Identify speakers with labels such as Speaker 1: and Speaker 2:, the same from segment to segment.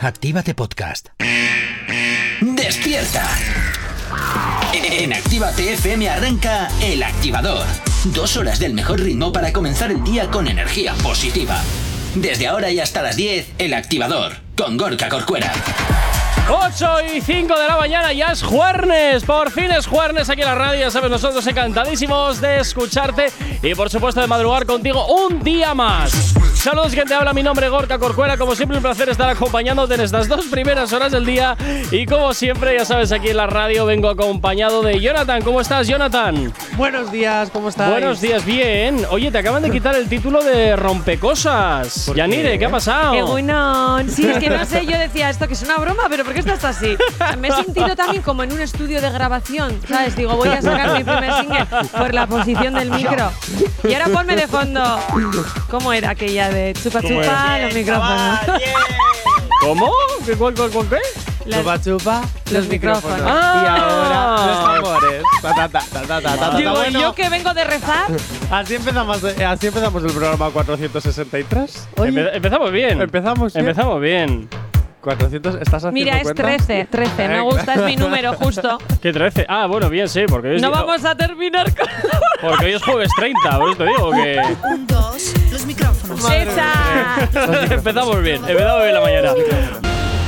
Speaker 1: Actívate Podcast.
Speaker 2: ¡Despierta! En Actívate FM arranca El Activador. Dos horas del mejor ritmo para comenzar el día con energía positiva. Desde ahora y hasta las 10, El Activador, con Gorka Corcuera.
Speaker 3: 8 y 5 de la mañana, ya es jueves, por fin es jueves aquí en la radio, ya sabes, nosotros encantadísimos de escucharte y por supuesto de madrugar contigo un día más. Saludos, quien te habla, mi nombre es Gorka Corcuera, como siempre un placer estar acompañándote en estas dos primeras horas del día y como siempre, ya sabes, aquí en la radio vengo acompañado de Jonathan, ¿cómo estás Jonathan?
Speaker 4: Buenos días, ¿cómo estás?
Speaker 3: Buenos días, bien. Oye, te acaban de quitar el título de rompecosas.
Speaker 4: ¿Por qué?
Speaker 3: Yanire, ¿qué ha pasado?
Speaker 5: Qué bueno. Sí, es que no sé, yo decía esto que es una broma, pero ¿por qué estás así? Me he sentido también como en un estudio de grabación, ¿sabes? Digo, voy a sacar mi primer single por la posición del micro. Y ahora ponme de fondo. ¿Cómo era aquella de chupa chupa los micrófonos?
Speaker 3: ¿Cómo? ¿Qué, cuál, cuál, cuál, qué?
Speaker 5: Las-
Speaker 4: Chupa chupa los,
Speaker 5: los
Speaker 4: micrófonos.
Speaker 5: micrófonos.
Speaker 3: Ah.
Speaker 4: Y ahora los amores. Ta, ta, ta, ta, ta, ta, ta, ta.
Speaker 5: Digo,
Speaker 4: Bueno,
Speaker 5: yo que vengo de rezar.
Speaker 4: así, empezamos, eh, así empezamos el programa 463.
Speaker 3: Empe- empezamos bien.
Speaker 4: Empezamos bien.
Speaker 3: Empezamos bien.
Speaker 4: 400, ¿estás haciendo
Speaker 5: Mira, es
Speaker 4: cuenta?
Speaker 5: 13, 13. Me gusta, es mi número justo.
Speaker 3: ¿Qué 13? Ah, bueno, bien, sí, porque hoy es,
Speaker 5: No vamos a terminar con.
Speaker 3: porque hoy es jueves 30, por eso te digo que
Speaker 6: Un, dos, los micrófonos.
Speaker 5: ¡Esa!
Speaker 3: empezamos bien, empezamos bien la mañana.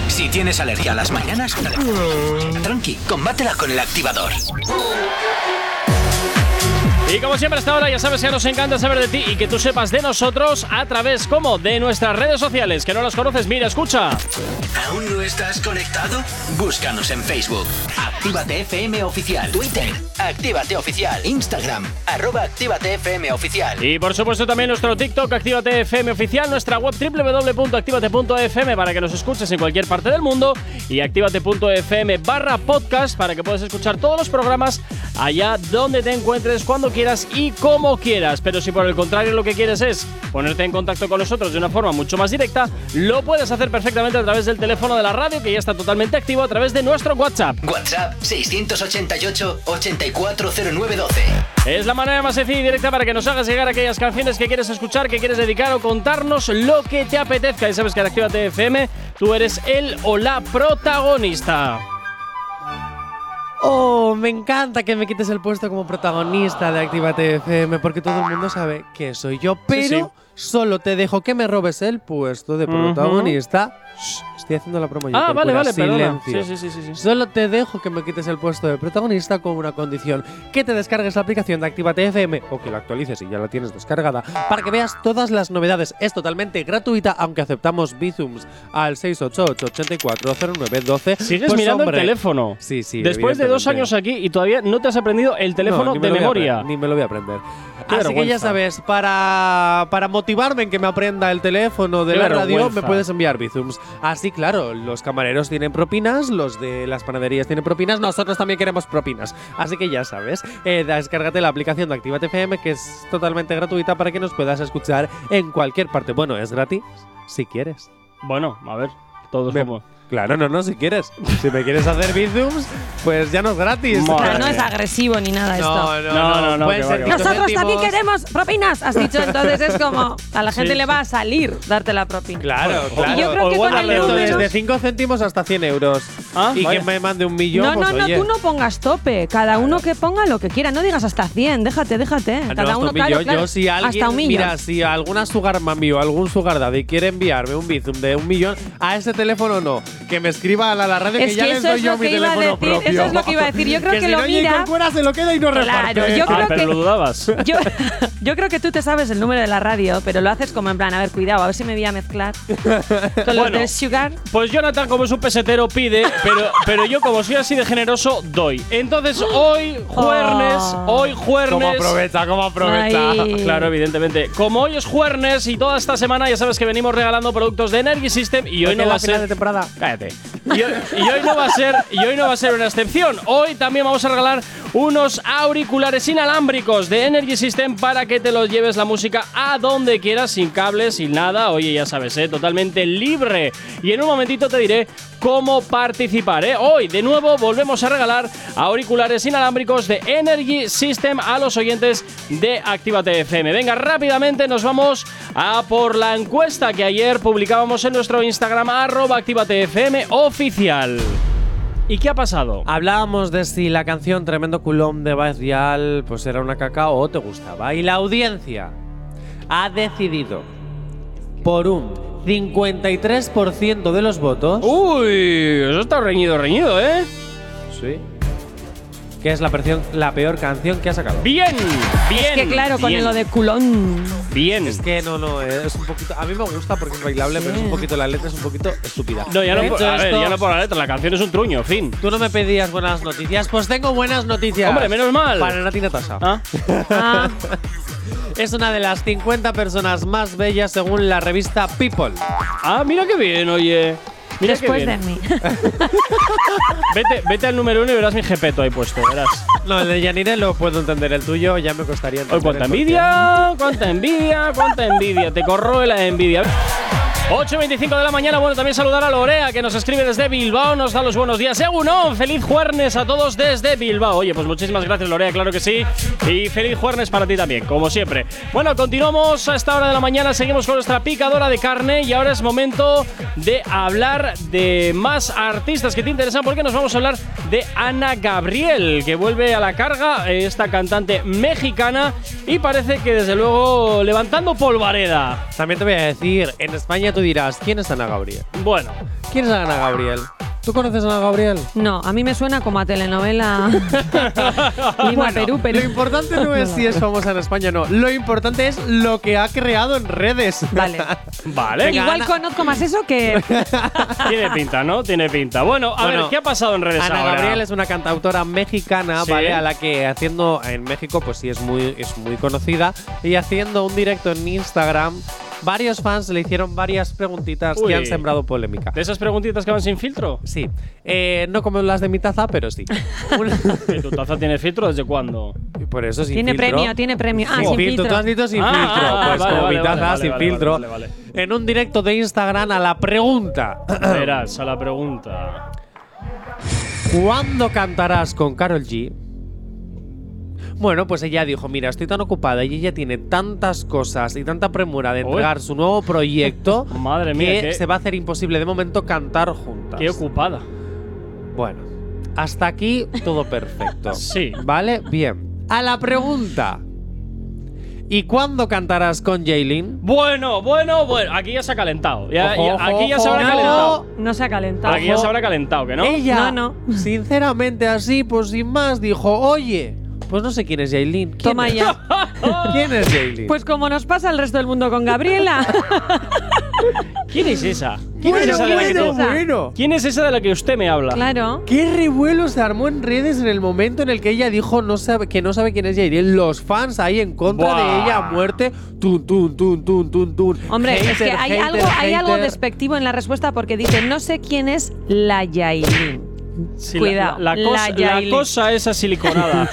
Speaker 2: Si tienes alergia a las mañanas, tranqui, combátela con El Activador.
Speaker 3: Y como siempre hasta ahora, ya sabes que nos encanta saber de ti y que tú sepas de nosotros a través, como, de nuestras redes sociales, que no las conoces, mira, escucha.
Speaker 2: ¿Aún no estás conectado? Búscanos en Facebook. Actívate FM Oficial. Twitter. Actívate Oficial. Instagram. Arroba Actívate FM Oficial.
Speaker 3: Y por supuesto también nuestro TikTok, Actívate FM oficial, nuestra web www.activate.fm para que nos escuches en cualquier parte del mundo y activate.fm barra podcast para que puedas escuchar todos los programas allá donde te encuentres, cuando quieras y como quieras. Pero si por el contrario lo que quieres es ponerte en contacto con nosotros de una forma mucho más directa, lo puedes hacer perfectamente a través del teléfono de la radio que ya está totalmente activo a través de nuestro WhatsApp.
Speaker 2: WhatsApp 688-840912.
Speaker 3: Es la manera más sencilla y directa para que nos hagas llegar aquellas canciones que quieres escuchar, que quieres dedicar o contarnos lo que te apetezca. Y sabes que en Actívate FM tú eres el o la protagonista.
Speaker 4: Oh, me encanta que me quites el puesto como protagonista de Actívate FM, porque todo el mundo sabe que soy yo, pero
Speaker 3: sí.
Speaker 4: solo te dejo que me robes el puesto de protagonista. Shh, estoy haciendo la promo yo,
Speaker 3: ah, vale,
Speaker 4: Corcuera,
Speaker 3: vale, perdona. Sí,
Speaker 4: silencio.
Speaker 3: sí, sí, sí, sí.
Speaker 4: Solo te dejo que me quites el puesto de protagonista con una condición: que te descargues la aplicación de Actívate FM o que la actualices si ya la tienes descargada para que veas todas las novedades. Es totalmente gratuita, aunque aceptamos Bizums al 688-840912.
Speaker 3: Sigues
Speaker 4: Pues,
Speaker 3: mirando
Speaker 4: hombre,
Speaker 3: el teléfono.
Speaker 4: Sí, sí.
Speaker 3: Después de dos años
Speaker 4: evidentemente.
Speaker 3: aquí y todavía no te has aprendido el teléfono
Speaker 4: No, ni
Speaker 3: de
Speaker 4: me lo voy a
Speaker 3: memoria.
Speaker 4: apre- Ni me lo voy a aprender.
Speaker 3: Qué
Speaker 4: Así que
Speaker 3: vergüenza.
Speaker 4: ya sabes, para, para motivarme en que me aprenda el teléfono de
Speaker 3: Qué
Speaker 4: la radio,
Speaker 3: vergüenza.
Speaker 4: me puedes enviar bizums. Así, claro, los camareros tienen propinas, los de las panaderías tienen propinas, nosotros también queremos propinas. Así que ya sabes, eh, descárgate la aplicación de Actívate FM, que es totalmente gratuita para que nos puedas escuchar en cualquier parte. Bueno, es gratis, si quieres.
Speaker 3: Bueno, a ver, todos
Speaker 4: Me-
Speaker 3: como.
Speaker 4: Claro, no, no, si quieres. Si me quieres hacer bizums, pues ya no es gratis.
Speaker 5: O sea,
Speaker 3: Madre.
Speaker 5: no es agresivo ni nada esto.
Speaker 3: No, no, no,
Speaker 4: pueden
Speaker 3: que va,
Speaker 4: ser
Speaker 3: que va.
Speaker 4: quince
Speaker 5: Nosotros también
Speaker 4: céntimos.
Speaker 5: queremos propinas, has dicho. Entonces es como a la gente
Speaker 3: Sí,
Speaker 5: le
Speaker 3: sí.
Speaker 5: va a salir darte la propina.
Speaker 4: Claro, claro.
Speaker 5: Y yo creo que con el
Speaker 4: Esto
Speaker 5: número-
Speaker 4: desde 5 céntimos hasta 100 euros.
Speaker 3: Ah,
Speaker 4: y
Speaker 3: vaya.
Speaker 4: que me mande un millón,
Speaker 5: No, no,
Speaker 4: pues,
Speaker 5: no,
Speaker 4: oye.
Speaker 5: tú no pongas tope. Cada uno que ponga lo que quiera. No digas hasta 100, déjate, déjate.
Speaker 4: Ah, no,
Speaker 5: Cada
Speaker 4: hasta
Speaker 5: uno,
Speaker 4: un millón.
Speaker 5: claro, claro.
Speaker 4: Yo, si alguien,
Speaker 5: hasta un millón.
Speaker 4: Mira, si alguna sugar mami o algún sugar daddy quiere enviarme un bizum de un millón, a ese teléfono no. Que me escriba a la, la radio
Speaker 5: Es
Speaker 4: que, ya
Speaker 5: que
Speaker 4: les
Speaker 5: eso
Speaker 4: doy
Speaker 5: es
Speaker 4: yo
Speaker 5: lo
Speaker 4: mi
Speaker 5: que iba a
Speaker 4: teléfono
Speaker 5: decir,
Speaker 4: propio.
Speaker 5: eso es lo que iba a decir. Yo creo que
Speaker 4: si
Speaker 5: lo
Speaker 4: no, Jay
Speaker 5: mira-
Speaker 4: Corcuera se lo queda y no reparte.
Speaker 5: Claro, yo
Speaker 3: Ah,
Speaker 5: creo
Speaker 3: pero
Speaker 5: que.
Speaker 3: lo dudabas.
Speaker 5: Yo, yo creo que tú te sabes el número de la radio, pero lo haces como en plan, a ver, cuidado, a ver si me voy a mezclar con los
Speaker 3: Bueno.
Speaker 5: del Sugar.
Speaker 3: Pues Jonathan, como es un pesetero, pide, pero, pero yo, como soy así de generoso, doy. Entonces, hoy, jueves,
Speaker 5: Ah.
Speaker 3: hoy, jueves.
Speaker 4: ¿Cómo aprovecha? ¿Cómo aprovecha?
Speaker 5: Ay.
Speaker 3: Claro, evidentemente. Como hoy es jueves y toda esta semana, ya sabes que venimos regalando productos de Energy System y hoy
Speaker 4: Porque
Speaker 3: no
Speaker 4: es
Speaker 3: va
Speaker 4: la
Speaker 3: a
Speaker 4: final
Speaker 3: ser.
Speaker 4: de temporada.
Speaker 3: cállate. Y, hoy- y hoy no va a ser, y hoy no va a ser una excepción. Hoy también vamos a regalar unos auriculares inalámbricos de Energy System para que te los lleves la música a donde quieras, sin cables, sin nada. Oye, ya sabes, ¿eh? totalmente libre. Y en un momentito te diré cómo participar. ¿eh? Hoy, de nuevo, volvemos a regalar auriculares inalámbricos de Energy System a los oyentes de Actívate FM. Venga, rápidamente nos vamos a por la encuesta que ayer publicábamos en nuestro Instagram, arroba Actívate FM oficial. ¿Y qué ha pasado?
Speaker 4: Hablábamos de si la canción Tremendo Culón de Bad Gyal pues era una caca o te gustaba. Y la audiencia ha decidido por un 53% de los votos
Speaker 3: Uy, eso está reñido, reñido, ¿eh?
Speaker 4: sí, que es la, perción- la peor canción que ha sacado.
Speaker 3: Bien, bien.
Speaker 5: Es que claro, con
Speaker 3: bien,
Speaker 5: lo de culón.
Speaker 3: Bien.
Speaker 4: Es que no, no, eh, es un poquito. A mí me gusta porque es bailable, pero es un poquito. La letra es un poquito estúpida.
Speaker 3: No, ya
Speaker 4: De
Speaker 3: no, por,
Speaker 4: hecho,
Speaker 3: a ver,
Speaker 4: esto-
Speaker 3: ya no por la letra, la canción es un truño, fin.
Speaker 4: Tú no me pedías buenas noticias, pues tengo buenas noticias.
Speaker 3: Hombre, menos mal.
Speaker 4: Para Nati Natasha.
Speaker 3: Ah.
Speaker 5: Ah,
Speaker 4: Es una de las 50 personas más bellas según la revista People.
Speaker 3: Ah, mira qué bien, oye. Mira qué
Speaker 5: después de
Speaker 3: bien.
Speaker 5: mí.
Speaker 3: Vete, vete al número uno y verás mi jepeto ahí puesto, verás.
Speaker 4: No, el de Yanire lo puedo entender, el tuyo ya me costaría
Speaker 3: Hoy
Speaker 4: entender.
Speaker 3: cuánta
Speaker 4: el porqué.
Speaker 3: envidia, cuánta envidia, cuánta envidia. Te corroe la envidia. 8.25 de la mañana, bueno, también saludar a Lorea, que nos escribe desde Bilbao, nos da los buenos días. Seguro, feliz jueves a todos desde Bilbao. Oye, pues muchísimas gracias, Lorea, claro que sí. Y feliz jueves para ti también, como siempre. Bueno, continuamos a esta hora de la mañana, seguimos con nuestra picadora de carne y ahora es momento de hablar de más artistas que te interesan, porque nos vamos a hablar de Ana Gabriel, que vuelve a la carga, eh, esta cantante mexicana, y parece que desde luego levantando polvareda.
Speaker 4: También te voy a decir, en España tú dirás, ¿quién es Ana Gabriel?
Speaker 3: Bueno,
Speaker 4: ¿Quién es Ana Gabriel? ¿Tú conoces a Ana Gabriel?
Speaker 5: No, a mí me suena como a telenovela. Lima, Perú, Perú.
Speaker 4: Ah, Lo importante no es si es famosa en España o no, lo importante es lo que ha creado en redes.
Speaker 5: Vale.
Speaker 3: vale.
Speaker 5: Igual
Speaker 4: Ana-
Speaker 5: conozco más eso que.
Speaker 3: Tiene pinta, ¿no? Tiene pinta. Bueno, a
Speaker 4: Bueno,
Speaker 3: ver, ¿qué ha pasado en redes
Speaker 4: Ana
Speaker 3: ahora?
Speaker 4: Gabriel es una cantautora mexicana,
Speaker 3: Sí.
Speaker 4: ¿vale? A la que haciendo en México, pues sí es muy, es muy conocida. Y haciendo un directo en Instagram, varios fans le hicieron varias preguntitas
Speaker 3: Uy. ¿Eh?
Speaker 4: que han sembrado polémica.
Speaker 3: ¿De esas preguntitas que van sin filtro?
Speaker 4: Sí. Eh, no como las de mi taza, pero sí. Una-
Speaker 3: ¿Y ¿Tu taza tiene filtro desde cuándo?
Speaker 4: Y Por eso sin
Speaker 5: Tiene
Speaker 4: filtro.
Speaker 5: premio, tiene premio. Ah,
Speaker 4: sin,
Speaker 5: sin
Speaker 4: filtro. Tú
Speaker 5: filtro.
Speaker 4: has dicho sin
Speaker 3: Ah,
Speaker 4: filtro.
Speaker 3: ah,
Speaker 4: pues
Speaker 3: vale,
Speaker 4: como
Speaker 3: vale,
Speaker 4: mi taza,
Speaker 3: vale,
Speaker 4: sin
Speaker 3: vale,
Speaker 4: filtro.
Speaker 3: vale, vale,
Speaker 4: En un directo de Instagram a la pregunta.
Speaker 3: Verás, a la pregunta.
Speaker 4: ¿Cuándo cantarás con Carol G? Bueno, pues ella dijo, mira, estoy tan ocupada y ella tiene tantas cosas y tanta premura de
Speaker 3: Uy.
Speaker 4: entregar su nuevo proyecto
Speaker 3: Madre mía,
Speaker 4: que
Speaker 3: qué-
Speaker 4: se va a hacer imposible de momento cantar juntas.
Speaker 3: Qué ocupada.
Speaker 4: bueno, hasta aquí todo perfecto.
Speaker 3: Sí.
Speaker 4: ¿Vale? Bien. A la pregunta. ¿Y cuándo cantarás con Jaylin?
Speaker 3: Bueno, bueno, bueno. Aquí ya se ha calentado. Ya-
Speaker 4: Ojo,
Speaker 3: ya-
Speaker 4: ojo,
Speaker 3: aquí ya se
Speaker 4: ojo.
Speaker 3: habrá
Speaker 4: No.
Speaker 3: calentado.
Speaker 5: No se ha calentado.
Speaker 3: Aquí ya se habrá calentado, ¿que no?
Speaker 4: Ella,
Speaker 5: No,
Speaker 4: sinceramente así, pues sin más, dijo, oye, pues no sé quién es Jaylin. ¿Quién
Speaker 5: Toma
Speaker 4: es?
Speaker 5: ya.
Speaker 4: ¿Quién es Jaylin?
Speaker 5: Pues como nos pasa al resto del mundo con Gabriela.
Speaker 3: ¿Quién es esa? ¿Quién es
Speaker 5: Bueno,
Speaker 3: esa de la que
Speaker 5: bueno,
Speaker 3: tú-
Speaker 5: bueno.
Speaker 3: ¿Quién es esa de la que usted me habla?
Speaker 5: claro.
Speaker 4: Qué revuelo se armó en redes en el momento en el que ella dijo no sabe, que no sabe quién es Jaylin. Los fans ahí en contra
Speaker 3: Buah.
Speaker 4: de ella a muerte. Tun, tun, tun, tun, tun, tun.
Speaker 5: Hombre, es que
Speaker 4: Hater,
Speaker 5: hay,
Speaker 4: hater,
Speaker 5: algo, hay algo
Speaker 4: hater.
Speaker 5: despectivo en la respuesta porque dice, no sé quién es la Yailin.
Speaker 3: Sí, la-
Speaker 5: Cuidado,
Speaker 3: La, la cosa,
Speaker 5: la
Speaker 3: la
Speaker 5: Yailin.
Speaker 3: cosa esa siliconada.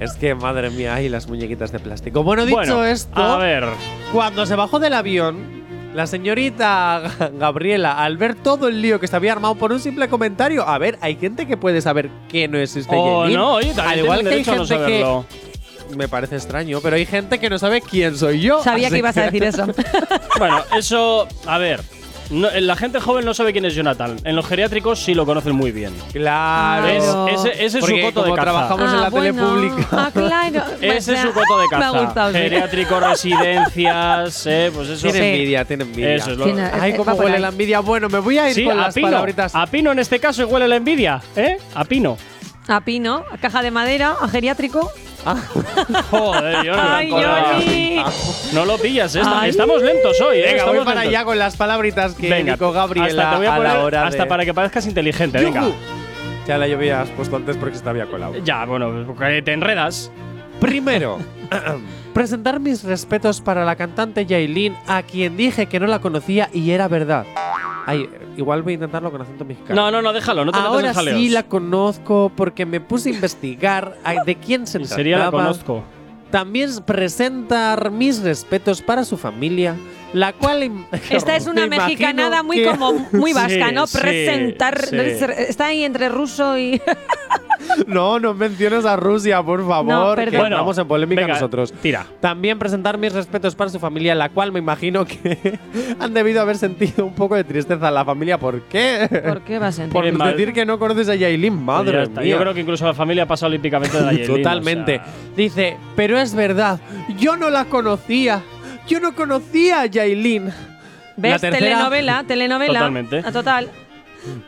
Speaker 4: Es que madre mía, hay las muñequitas de plástico. Bueno, dicho
Speaker 3: bueno,
Speaker 4: esto,
Speaker 3: a ver.
Speaker 4: cuando se bajó del avión, la señorita Gabriela, al ver todo el lío que se había armado por un simple comentario, a ver, hay gente que puede saber que Oh, no existe
Speaker 3: O
Speaker 4: Yailin.
Speaker 3: Oh, no, oye, también
Speaker 4: al igual que
Speaker 3: tienen
Speaker 4: hay
Speaker 3: derecho a
Speaker 4: gente
Speaker 3: no saberlo.
Speaker 4: que me parece extraño, pero hay gente que no sabe quién soy yo.
Speaker 5: Sabía
Speaker 4: así
Speaker 5: que ibas a decir eso.
Speaker 3: Bueno, eso, a ver. no- la gente joven no sabe quién es Jonathan. En los geriátricos sí lo conocen muy bien.
Speaker 4: Claro.
Speaker 5: Claro.
Speaker 3: Es- ese, ese es su
Speaker 4: Porque
Speaker 3: coto de
Speaker 4: como
Speaker 3: caza.
Speaker 4: trabajamos- Estamos en la tele pública.
Speaker 5: Ah, claro.
Speaker 3: Ese es
Speaker 5: Pues,
Speaker 3: su coto de
Speaker 5: ah,
Speaker 3: caza.
Speaker 5: Me ha gustado. sí.
Speaker 3: Geriátrico, residencias, eh, pues eso.
Speaker 4: Tiene
Speaker 5: Sí.
Speaker 4: envidia, tiene envidia.
Speaker 3: Eso es lo-
Speaker 5: Tiene-
Speaker 4: Ay,
Speaker 5: eh,
Speaker 4: cómo
Speaker 5: va por
Speaker 4: huele
Speaker 5: ahí.
Speaker 4: la envidia. Bueno, me voy a ir
Speaker 3: Sí,
Speaker 4: con
Speaker 3: a
Speaker 4: las
Speaker 3: Pino.
Speaker 4: palabritas.
Speaker 3: A Pino en este caso huele la envidia, ¿eh? A Pino.
Speaker 5: A pino, a caja de madera, a geriátrico.
Speaker 3: Joder, Jonathan.
Speaker 5: ¡Ay,
Speaker 3: colega.
Speaker 5: Johnny!
Speaker 3: No lo pillas, eh, esta-
Speaker 5: Ay.
Speaker 3: estamos lentos hoy, eh.
Speaker 4: Venga,
Speaker 3: estamos
Speaker 4: voy para
Speaker 3: lentos.
Speaker 4: allá con las palabritas que
Speaker 3: Venga,
Speaker 4: indicó Gabriela
Speaker 3: hasta te voy a, poner
Speaker 4: la hora
Speaker 3: hasta
Speaker 4: de-
Speaker 3: para que parezcas inteligente, venga.
Speaker 4: ¡Yujú! Ya la habías puesto antes porque se te había colado.
Speaker 3: Ya, bueno, porque te enredas.
Speaker 4: Primero, presentar mis respetos para la cantante Yailin, a quien dije que no la conocía y era verdad. Ay, igual voy a intentarlo con acento mexicano.
Speaker 3: No, no, no, déjalo, no te
Speaker 4: Ahora
Speaker 3: metas en jaleos.
Speaker 4: sí la conozco porque me puse a investigar ay, de quién se trataba.
Speaker 3: Sería la conozco.
Speaker 4: También presentar mis respetos para su familia, la cual... im-
Speaker 5: Esta es una
Speaker 4: me imagino
Speaker 5: mexicanada muy
Speaker 4: que-
Speaker 5: como muy vasca,
Speaker 3: Sí,
Speaker 5: ¿no?
Speaker 3: sí,
Speaker 5: Presentar
Speaker 3: sí.
Speaker 5: está ahí entre ruso y
Speaker 4: No, no menciones a Rusia, por
Speaker 5: No,
Speaker 4: favor.
Speaker 5: perdón.
Speaker 4: que
Speaker 5: Bueno,
Speaker 4: entramos en polémica
Speaker 3: venga,
Speaker 4: nosotros.
Speaker 3: Tira.
Speaker 4: También presentar mis respetos para su familia, la cual me imagino que han debido haber sentido un poco de tristeza la familia. ¿Por qué?
Speaker 5: ¿Por qué vas a
Speaker 4: Por
Speaker 3: Eh,
Speaker 5: entrar?
Speaker 3: mal. Pues
Speaker 4: decir que no conoces a Yailin,
Speaker 3: Ya
Speaker 4: madre
Speaker 3: está.
Speaker 4: mía.
Speaker 3: Yo creo que incluso la familia pasa olímpicamente de la Yelena,
Speaker 4: Totalmente.
Speaker 3: o sea.
Speaker 4: Dice, pero es verdad, yo no la conocía. Yo no conocía a Yailin.
Speaker 5: ¿Ves?
Speaker 4: tercera-
Speaker 5: Telenovela, telenovela.
Speaker 3: Totalmente.
Speaker 5: A total.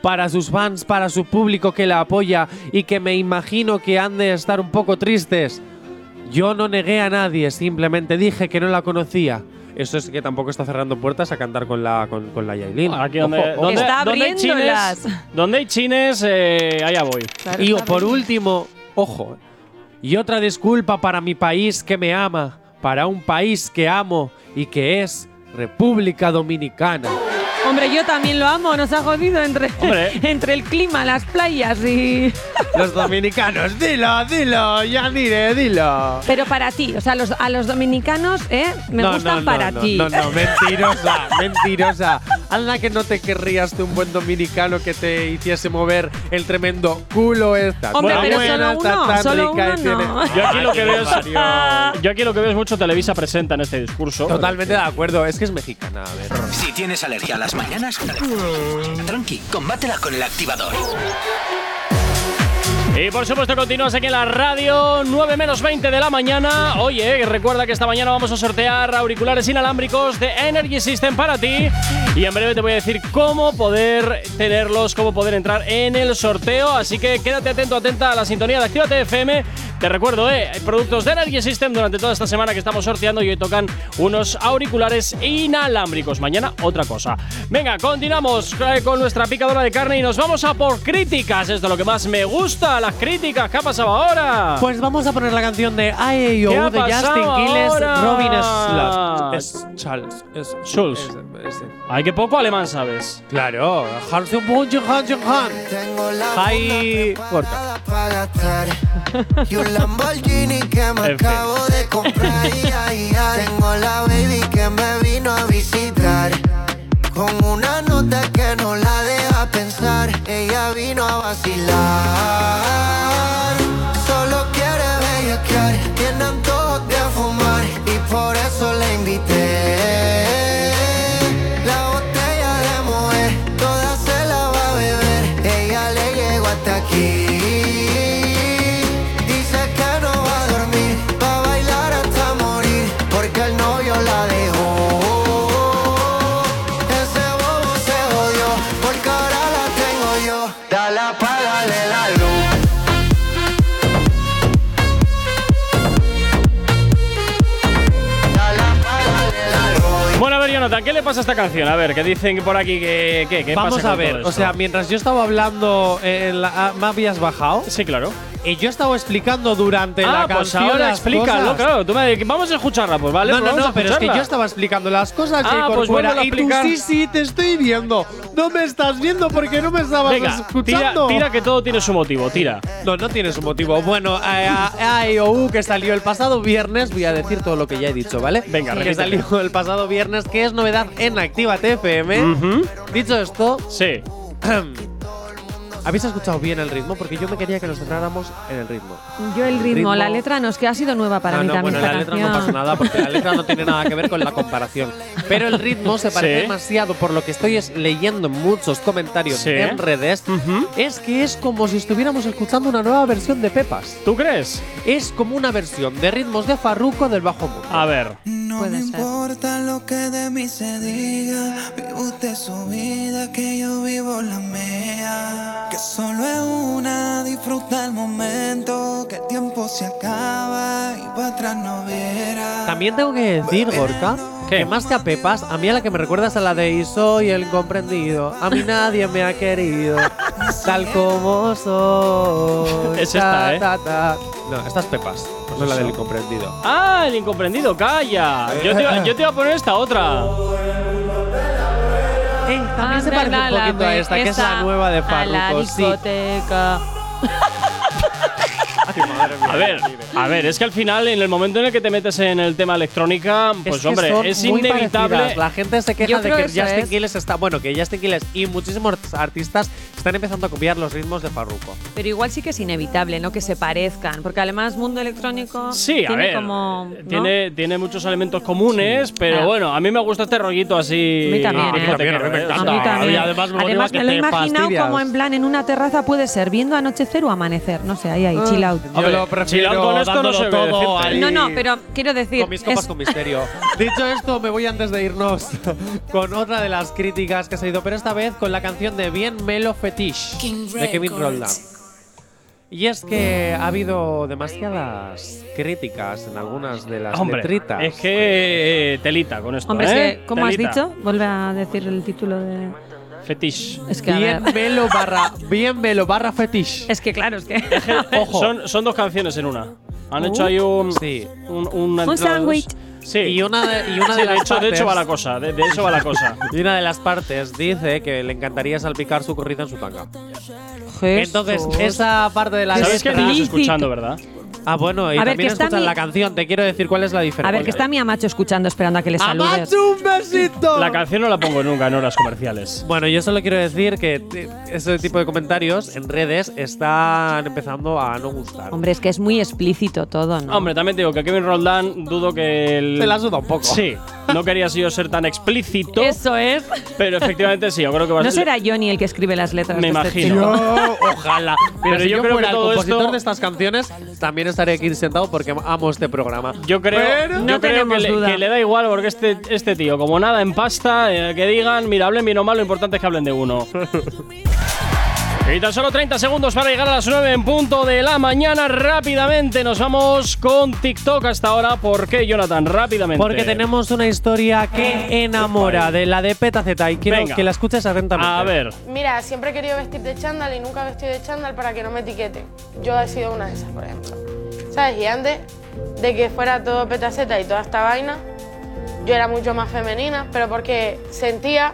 Speaker 4: Para sus fans, para su público que la apoya y que me imagino que han de estar un poco tristes. Yo no negué a nadie, simplemente dije que no la conocía. Eso es que tampoco está cerrando puertas a cantar con la, con, con la Yailin.
Speaker 3: Aquí donde,
Speaker 4: Ojo, ojo.
Speaker 3: donde-
Speaker 5: Está
Speaker 3: donde hay chines,
Speaker 5: abriéndolas.
Speaker 3: donde hay chines, eh, allá voy.
Speaker 5: Claro,
Speaker 4: Y
Speaker 5: está
Speaker 4: por
Speaker 5: bien.
Speaker 4: último, ojo, y otra disculpa para mi país que me ama, para un país que amo y que es República Dominicana.
Speaker 5: Hombre, yo también lo amo, nos ha jodido entre,
Speaker 3: Hombre.
Speaker 5: entre el clima, las playas y.
Speaker 4: Los dominicanos, dilo, dilo, ya diré, dilo.
Speaker 5: Pero para ti, o sea, los- a los dominicanos, ¿eh? Me
Speaker 4: No,
Speaker 5: gustan
Speaker 4: no, no,
Speaker 5: para
Speaker 4: no,
Speaker 5: ti.
Speaker 4: No, no, mentirosa, mentirosa. Anda que no te querrías de un buen dominicano que te hiciese mover el tremendo culo esta.
Speaker 5: Hombre,
Speaker 4: tan
Speaker 5: pero
Speaker 4: buena,
Speaker 5: solo
Speaker 4: está
Speaker 5: uno,
Speaker 4: tan
Speaker 5: solo
Speaker 4: rica y
Speaker 5: uno
Speaker 4: tiene-
Speaker 5: no.
Speaker 3: Yo aquí lo que veo es-
Speaker 4: Mario.
Speaker 3: Yo aquí lo que veo es mucho Televisa presenta en este discurso.
Speaker 4: Totalmente de acuerdo, es que es mexicana, a ver.
Speaker 2: Si tienes alergia a las mañanas, tranqui, combátela con el activador.
Speaker 3: Y por supuesto continúas aquí en la radio, 9 menos 20 de la mañana. Oye, recuerda que esta mañana vamos a sortear auriculares inalámbricos de Energy System para ti. Y en breve te voy a decir cómo poder tenerlos, cómo poder entrar en el sorteo. Así que quédate atento, atenta a la sintonía de Actívate FM. Te recuerdo, eh, hay productos de Energy System durante toda esta semana que estamos sorteando y hoy tocan unos auriculares inalámbricos. Mañana otra cosa. Venga, continuamos eh, con nuestra picadora de carne y nos vamos a por críticas. Esto es lo que más me gusta, las críticas. ¿Qué ha pasado ahora?
Speaker 4: Pues vamos a poner la canción de IAO
Speaker 3: ¿Qué ha
Speaker 4: de Justin
Speaker 3: pasado
Speaker 4: Quiles,
Speaker 3: ahora?
Speaker 4: Robin Slav. Es Charles. Es
Speaker 3: Schulz.
Speaker 4: es- es-
Speaker 3: Ay, qué poco alemán sabes.
Speaker 4: Claro. Hansen Bunch, Hansen Han.
Speaker 1: Tengo la
Speaker 4: Ahí
Speaker 1: funda
Speaker 4: corta.
Speaker 1: preparada pa' gastar Y un Lamborghini que me
Speaker 3: En fin.
Speaker 1: acabo de comprar Ay, ay, ay. Tengo la baby que me vino a visitar Con una nota que no la deja pensar Ella vino a vacilar Solo quiere bellaquear Tiene antojos de fumar Y por eso la invité La botella de mujer Toda se la va a beber Ella le llegó hasta aquí Dice que no va a dormir, va a bailar hasta morir, porque el novio la dejó. Ese bobo se jodió, porque ahora la tengo yo. Dale, apágale la luz. Dale, apágale la luz.
Speaker 3: Bueno, a ver, Jonathan, ¿qué le pasa a esta canción? A ver, que dicen por aquí que. que- que
Speaker 4: Vamos
Speaker 3: pasa con
Speaker 4: a ver,
Speaker 3: todo
Speaker 4: o
Speaker 3: esto?
Speaker 4: sea, mientras yo estaba hablando, en la- ah, me habías bajado
Speaker 3: Sí, claro.
Speaker 4: y yo estaba explicando durante
Speaker 3: ah,
Speaker 4: la
Speaker 3: pues
Speaker 4: canción.
Speaker 3: ahora
Speaker 4: las
Speaker 3: explícalo,
Speaker 4: cosas.
Speaker 3: claro. Tú me- vamos a escucharla, pues vale.
Speaker 4: No,
Speaker 3: pues
Speaker 4: no,
Speaker 3: vamos a
Speaker 4: no, pero es que
Speaker 3: escucharla.
Speaker 4: yo estaba explicando las cosas,
Speaker 3: Ah,
Speaker 4: J.
Speaker 3: pues
Speaker 4: Corcuera,
Speaker 3: vuélvelo a
Speaker 4: y tú
Speaker 3: aplicar.
Speaker 4: sí, sí, te estoy viendo. No me estás viendo porque no me estabas
Speaker 3: Venga, tira,
Speaker 4: escuchando.
Speaker 3: tira que todo tiene su motivo, tira.
Speaker 4: No, no tiene su motivo. Bueno, a, a- a IOU que salió el pasado viernes, voy a decir todo lo que ya he dicho, ¿vale?
Speaker 3: Venga,
Speaker 4: Que
Speaker 3: repítelo.
Speaker 4: salió el pasado viernes, que es novedad en Activa TFM.
Speaker 3: Ujú.
Speaker 4: Dicho esto,
Speaker 3: Sí.
Speaker 4: ¿habéis escuchado bien el ritmo? Porque yo me quería que nos centráramos en el ritmo.
Speaker 5: Yo el ritmo,
Speaker 4: Ritmo.
Speaker 5: la letra no, es que ha sido nueva para
Speaker 4: Ah,
Speaker 5: mí
Speaker 4: no,
Speaker 5: también.
Speaker 4: bueno,
Speaker 5: esta
Speaker 4: la letra no
Speaker 5: canción.
Speaker 4: pasa nada porque la letra no tiene nada que ver con la comparación. Pero el ritmo se parece
Speaker 3: Sí.
Speaker 4: demasiado por lo que estoy es- leyendo en muchos comentarios
Speaker 3: Sí.
Speaker 4: en redes.
Speaker 3: Ujú.
Speaker 4: Es que es como si estuviéramos escuchando una nueva versión de Pepas.
Speaker 3: ¿Tú crees?
Speaker 4: es como una versión de ritmos de Farruko del bajo mundo.
Speaker 3: A ver.
Speaker 1: No
Speaker 5: Puede
Speaker 1: me
Speaker 5: ser.
Speaker 1: importa lo que de mí se diga, vive usted su vida, que yo vivo la mía. Que solo es una, disfruta el momento, que el tiempo se acaba y para atrás no verás.
Speaker 4: También tengo que decir, Gorka,
Speaker 3: ¿Qué?
Speaker 4: que más que a Pepas, a mí a la que me recuerdas a la de "Y Soy el comprendido, a mí nadie me ha querido, tal como soy.
Speaker 3: Es esta,
Speaker 4: Ta,
Speaker 3: ¿eh?
Speaker 4: ta, ta. Pues No, esta es Pepas, no la del incomprendido.
Speaker 3: ¡Ah, el incomprendido! ¡Calla! Yo te, iba- yo te iba a poner esta otra.
Speaker 4: Eh,
Speaker 5: Ah,
Speaker 4: también se parece un poquito a esta, que es la nueva de
Speaker 5: A la
Speaker 4: Farruko. Sí.
Speaker 5: discoteca.
Speaker 3: A ver, a ver, es que al final, en el momento en el que te metes en el tema electrónica, pues
Speaker 4: que
Speaker 3: hombre,
Speaker 4: son
Speaker 3: es
Speaker 4: muy
Speaker 3: inevitable.
Speaker 4: parecidas. La gente se
Speaker 5: Yo
Speaker 4: queja de
Speaker 5: creo
Speaker 4: que
Speaker 5: eso
Speaker 4: Justin
Speaker 5: es.
Speaker 4: Quiles está. Bueno, que Justin Quiles y muchísimos artistas están empezando a copiar los ritmos de Farruko.
Speaker 5: Pero igual sí que es inevitable, ¿no? Que se parezcan. Porque además, mundo electrónico.
Speaker 3: Sí, a
Speaker 5: tiene
Speaker 3: ver.
Speaker 5: Como, ¿no?
Speaker 3: tiene, tiene muchos elementos comunes, pero
Speaker 5: Ah.
Speaker 3: bueno, a mí me gusta este rollito así.
Speaker 5: A mí también,
Speaker 3: Ah,
Speaker 5: ¿eh?
Speaker 3: discotequero,
Speaker 4: A mí también,
Speaker 3: ¿eh?
Speaker 4: me
Speaker 5: A
Speaker 4: encanta.
Speaker 5: mí también.
Speaker 4: Y además me motiva que
Speaker 5: lo he
Speaker 4: te
Speaker 5: imaginado
Speaker 4: fastidias.
Speaker 5: como en plan en una terraza puede ser viendo anochecer o amanecer. No sé, ahí, ahí, chill out.
Speaker 4: Yo
Speaker 3: Hombre,
Speaker 4: lo prefiero
Speaker 3: si lo con esto no
Speaker 4: dándolo
Speaker 3: se ve,
Speaker 4: todo
Speaker 3: gente.
Speaker 4: ahí.
Speaker 5: No, no, pero quiero decir.
Speaker 4: Con mis copas
Speaker 5: es-
Speaker 4: con misterio. Dicho esto, me voy antes de irnos con otra de las críticas que se ha ido, pero esta vez con la canción de Bien Melo Fetish
Speaker 6: King
Speaker 4: de Kevin
Speaker 6: Records.
Speaker 4: Roldán. Y es que ha habido demasiadas críticas en algunas de las
Speaker 3: Hombre,
Speaker 4: letritas.
Speaker 3: es que eh, telita con esto,
Speaker 5: Hombre, es
Speaker 3: ¿eh?
Speaker 5: que, ¿cómo has
Speaker 3: Telita.
Speaker 5: dicho? Vuelve a decir el título de.
Speaker 3: Fetish.
Speaker 5: Es que, a
Speaker 4: Bien
Speaker 5: ver.
Speaker 4: Melo barra, bien Melo barra Fetish.
Speaker 5: Es que, claro, es que.
Speaker 4: Ojo.
Speaker 3: Eh, Son, son dos canciones en una. Han hecho ahí un.
Speaker 4: Sí.
Speaker 3: Un, una
Speaker 5: Un
Speaker 3: entrada,
Speaker 5: sándwich.
Speaker 3: dos. Sí.
Speaker 4: Y una de, y una de
Speaker 3: Sí, de,
Speaker 4: las
Speaker 3: hecho, de hecho
Speaker 4: partes-
Speaker 3: va la cosa. De, de eso va la cosa.
Speaker 4: Y una de las partes dice que le encantaría salpicar su corriza en su tanga. Entonces,
Speaker 5: Jesús.
Speaker 4: esa parte de la
Speaker 3: Sabes que
Speaker 4: letra-
Speaker 3: estás
Speaker 5: Explícito.
Speaker 3: escuchando, ¿verdad?
Speaker 4: Ah, bueno, y
Speaker 5: A ver, que
Speaker 4: también
Speaker 5: está
Speaker 4: escuchan
Speaker 5: mi-
Speaker 4: la canción. Te quiero decir cuál es la diferencia.
Speaker 5: A ver, que está mi Amacho escuchando, esperando a que le saludes.
Speaker 4: un besito!
Speaker 3: La canción no la pongo nunca en horas comerciales.
Speaker 4: bueno, yo solo quiero decir que t- ese tipo de comentarios en redes están empezando a no gustar.
Speaker 5: Hombre, es que es muy explícito todo, ¿no?
Speaker 3: Hombre, también te digo que Kevin Roldán dudo que el.
Speaker 4: Te la suda un poco.
Speaker 3: Sí. No quería yo ser tan explícito,
Speaker 5: Eso es.
Speaker 3: pero efectivamente sí. Yo creo que
Speaker 4: Pues
Speaker 3: va a
Speaker 5: No
Speaker 3: ser.
Speaker 5: será Johnny el que escribe las letras.
Speaker 3: Me
Speaker 5: de este
Speaker 3: imagino.
Speaker 5: chico?
Speaker 4: Yo, ojalá. Pero
Speaker 3: Pero
Speaker 4: si
Speaker 3: yo
Speaker 4: yo,
Speaker 3: creo
Speaker 4: fuera
Speaker 3: que
Speaker 4: el
Speaker 3: todo
Speaker 4: compositor
Speaker 3: esto-
Speaker 4: de este estas canciones, también estaré aquí sentado porque amo este programa.
Speaker 3: Yo creo,
Speaker 4: Pero-
Speaker 3: yo
Speaker 5: No
Speaker 3: creo que,
Speaker 5: tenemos
Speaker 3: le,
Speaker 5: duda.
Speaker 3: que le da igual porque este, este tío, como nada en pasta, eh, que digan, mira, hablen bien o mal, lo importante es que hablen de uno. y tan solo 30 segundos para llegar a las 9 en punto de la mañana. Rápidamente nos vamos con TikTok hasta ahora. ¿Por qué, Jonathan? Rápidamente.
Speaker 4: Porque tenemos una historia que enamora de la de Peta Z y quiero
Speaker 3: Venga.
Speaker 4: que la escuches atentamente.
Speaker 3: A ver,
Speaker 7: Mira, siempre he querido vestir de chándal y nunca he vestido de chándal para que no me etiqueten. Yo he sido una de esas, por ejemplo. ¿Sabes? Y antes de que fuera todo petaceta y toda esta vaina, yo era mucho más femenina, pero porque sentía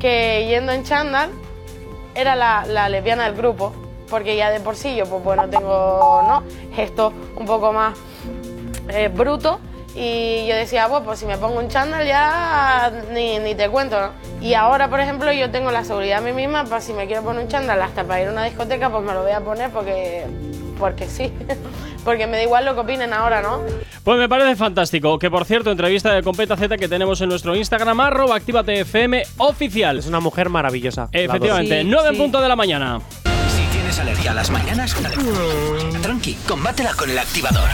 Speaker 7: que yendo en chándal era la, la lesbiana del grupo, porque ya de por sí yo, pues bueno, tengo, ¿no? Gesto un poco más eh, bruto y yo decía, bueno, pues si me pongo un chándal ya ni, ni te cuento, ¿no? Y ahora, por ejemplo, yo tengo la seguridad a mí misma para si me quiero poner un chándal hasta para ir a una discoteca, pues me lo voy a poner porque, porque sí, porque me da igual lo que opinen ahora, ¿no?
Speaker 3: pues me parece fantástico. Que por cierto, entrevista de Competa Z que tenemos en nuestro Instagram, arroba activatefm oficial.
Speaker 4: Es una mujer maravillosa. la adoro.
Speaker 3: Efectivamente,
Speaker 5: Sí,
Speaker 3: 9 en
Speaker 5: sí.
Speaker 3: punto de la mañana.
Speaker 2: Si tienes alergia a las mañanas, dale. tranqui, combátela con el activador.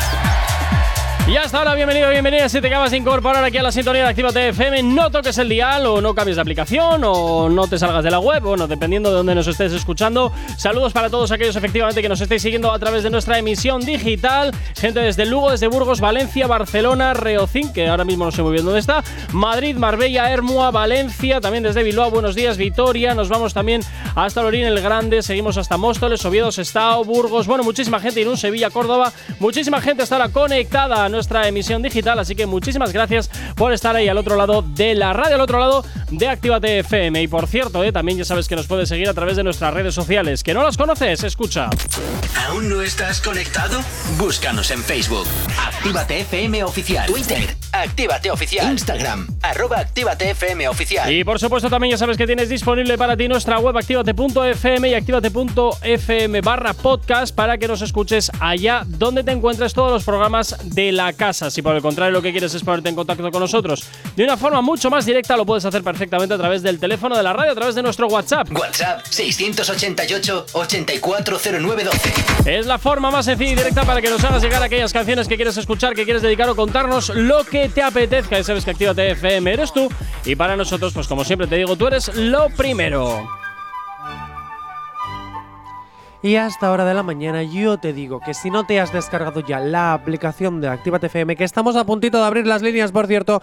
Speaker 3: Y hasta ahora, bienvenido, bienvenida. Si te acabas de incorporar aquí a la sintonía de Actívate FM, no toques el dial o no cambies de aplicación o no te salgas de la web, bueno, dependiendo de dónde nos estés escuchando. Saludos para todos aquellos efectivamente que nos estéis siguiendo a través de nuestra emisión digital. Gente desde Lugo, desde Burgos, Valencia, Barcelona, Reocín, que ahora mismo no sé muy bien dónde está, Madrid, Marbella, Hermua, Valencia, también desde Bilbao, buenos días, Vitoria. Nos vamos también hasta Lorín el Grande, seguimos hasta Móstoles, Oviedo, Sestao, Burgos, bueno, muchísima gente, Irún, Sevilla, Córdoba, muchísima gente está ahora conectada a nuestra emisión digital, así que muchísimas gracias por estar ahí al otro lado de la radio, al otro lado de Actívate FM. Y por cierto, eh, también ya sabes que nos puedes seguir a través de nuestras redes sociales, que no las conoces, escucha.
Speaker 2: ¿Aún no estás conectado? Búscanos en Facebook. Actívate FM Oficial. Twitter. Actívate Oficial. Instagram. Arroba Actívate FM Oficial.
Speaker 3: Y por supuesto también ya sabes que tienes disponible para ti nuestra web activate.fm y activate.fm barra podcast para que nos escuches allá donde te encuentres todos los programas de la casa. Si por el contrario lo que quieres es ponerte en contacto con nosotros de una forma mucho más directa, lo puedes hacer perfectamente a través del teléfono de la radio, a través de nuestro WhatsApp.
Speaker 2: WhatsApp 688 840912.
Speaker 3: Es la forma más sencilla y directa para que nos hagas llegar aquellas canciones que quieres escuchar, que quieres dedicar o contarnos lo que te apetezca. Y sabes que Actívate FM eres tú y para nosotros, pues como siempre te digo, tú eres lo primero.
Speaker 4: Y hasta hora de la mañana yo te digo que si no te has descargado ya la aplicación de Actívate FM, que estamos a puntito de abrir las líneas, por cierto,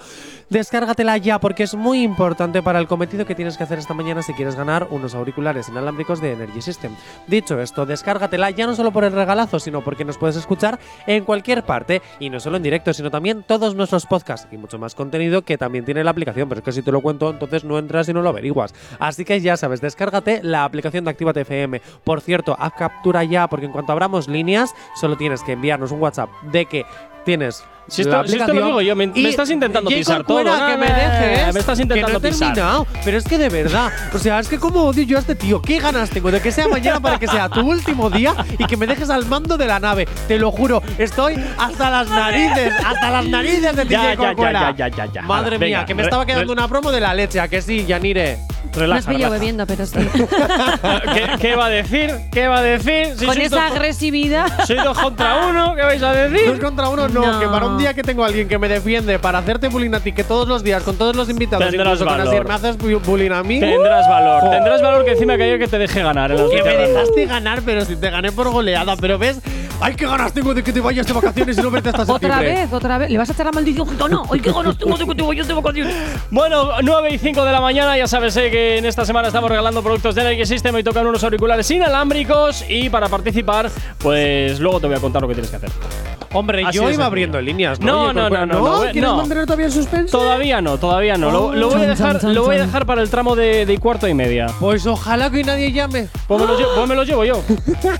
Speaker 4: descárgatela ya porque es muy importante para el cometido que tienes que hacer esta mañana si quieres ganar unos auriculares inalámbricos de Energy System. Dicho esto, descárgatela ya no solo por el regalazo, sino porque nos puedes escuchar en cualquier parte y no solo en directo, sino también todos nuestros podcasts y mucho más contenido que también tiene la aplicación, pero es que si te lo cuento, entonces no entras y no lo averiguas. Así que ya sabes, descárgate la aplicación de Actívate FM. Por cierto, haz captura ya porque en cuanto abramos líneas, solo tienes que enviarnos un WhatsApp de que tienes
Speaker 3: Si
Speaker 4: la
Speaker 3: esto, si esto lo
Speaker 4: aplicación
Speaker 3: digo yo, me, me
Speaker 4: y-
Speaker 3: estás intentando
Speaker 4: Jacob
Speaker 3: pisar todo.
Speaker 4: Cuera,
Speaker 3: No,
Speaker 4: que
Speaker 3: no,
Speaker 4: me
Speaker 3: no, no,
Speaker 4: dejes.
Speaker 3: Me estás intentando
Speaker 4: que no he
Speaker 3: pisar.
Speaker 4: terminado. Ah, Pero es que de verdad, o sea, es que como odio yo a este tío. ¿Qué ganas tengo de que sea mañana para que sea tu último día y que me dejes al mando de la nave? Te lo juro, estoy hasta las narices, hasta las narices de ti,
Speaker 3: Ya, ya,
Speaker 4: Jacob
Speaker 3: ya,
Speaker 4: Cuera.
Speaker 3: ya, ya, ya, ya.
Speaker 4: Madre
Speaker 3: Venga,
Speaker 4: mía, que me
Speaker 3: re-
Speaker 4: estaba
Speaker 3: re-
Speaker 4: quedando una promo de la leche, ¿a que sí, Yanire?
Speaker 5: Me has
Speaker 3: Relaja,
Speaker 5: pillado
Speaker 3: relaja.
Speaker 5: bebiendo, pero sí.
Speaker 3: ¿Qué, qué va a decir? ¿Qué va a decir? Si
Speaker 5: Con
Speaker 3: sois
Speaker 5: esa
Speaker 3: dos-
Speaker 5: agresividad.
Speaker 3: sois dos contra uno, ¿qué vais a
Speaker 4: Dos
Speaker 3: decir?
Speaker 4: contra uno, no,
Speaker 5: No.
Speaker 4: Que para un día que tengo a alguien que me defiende para hacerte bullying a ti, que todos los días, con todos los invitados,
Speaker 3: Tendrás
Speaker 4: incluso con
Speaker 3: valor.
Speaker 4: Asier, me haces bu- bullying a mí.
Speaker 3: Tendrás valor,
Speaker 4: Joder.
Speaker 3: tendrás valor que encima que ayer que te dejé ganar en las
Speaker 4: Que me
Speaker 3: becerras.
Speaker 4: dejaste ganar, pero si te gané por goleada. Pero ves, ay, qué ganas tengo de que te vayas de vacaciones y no verte hasta septiembre.
Speaker 5: Otra vez, otra vez. Le vas a echar la maldición gitana. Ay, qué ganas tengo de que te vayas de vacaciones.
Speaker 3: Bueno, 9 y 5 de la mañana, ya sabes eh, que en esta semana estamos regalando productos de Energy System y tocan unos auriculares inalámbricos y para participar, pues luego te voy a contar lo que tienes que hacer.
Speaker 4: Hombre,
Speaker 3: Así
Speaker 4: yo
Speaker 3: es, amigo.
Speaker 4: iba abriendo líneas.
Speaker 3: No,
Speaker 4: Oye,
Speaker 3: no, no,
Speaker 4: pero-
Speaker 3: no, no,
Speaker 4: ¿Quieres
Speaker 3: no.
Speaker 4: mantener todavía el suspense?
Speaker 3: Todavía no, todavía no. Lo, lo voy, a
Speaker 5: Chan, chan,
Speaker 3: dejar,
Speaker 5: chan,
Speaker 3: lo voy a
Speaker 5: chan.
Speaker 3: dejar para el tramo de, de cuarto y media.
Speaker 4: Pues ojalá que nadie llame.
Speaker 3: Pues me los, lle- pues me los llevo yo.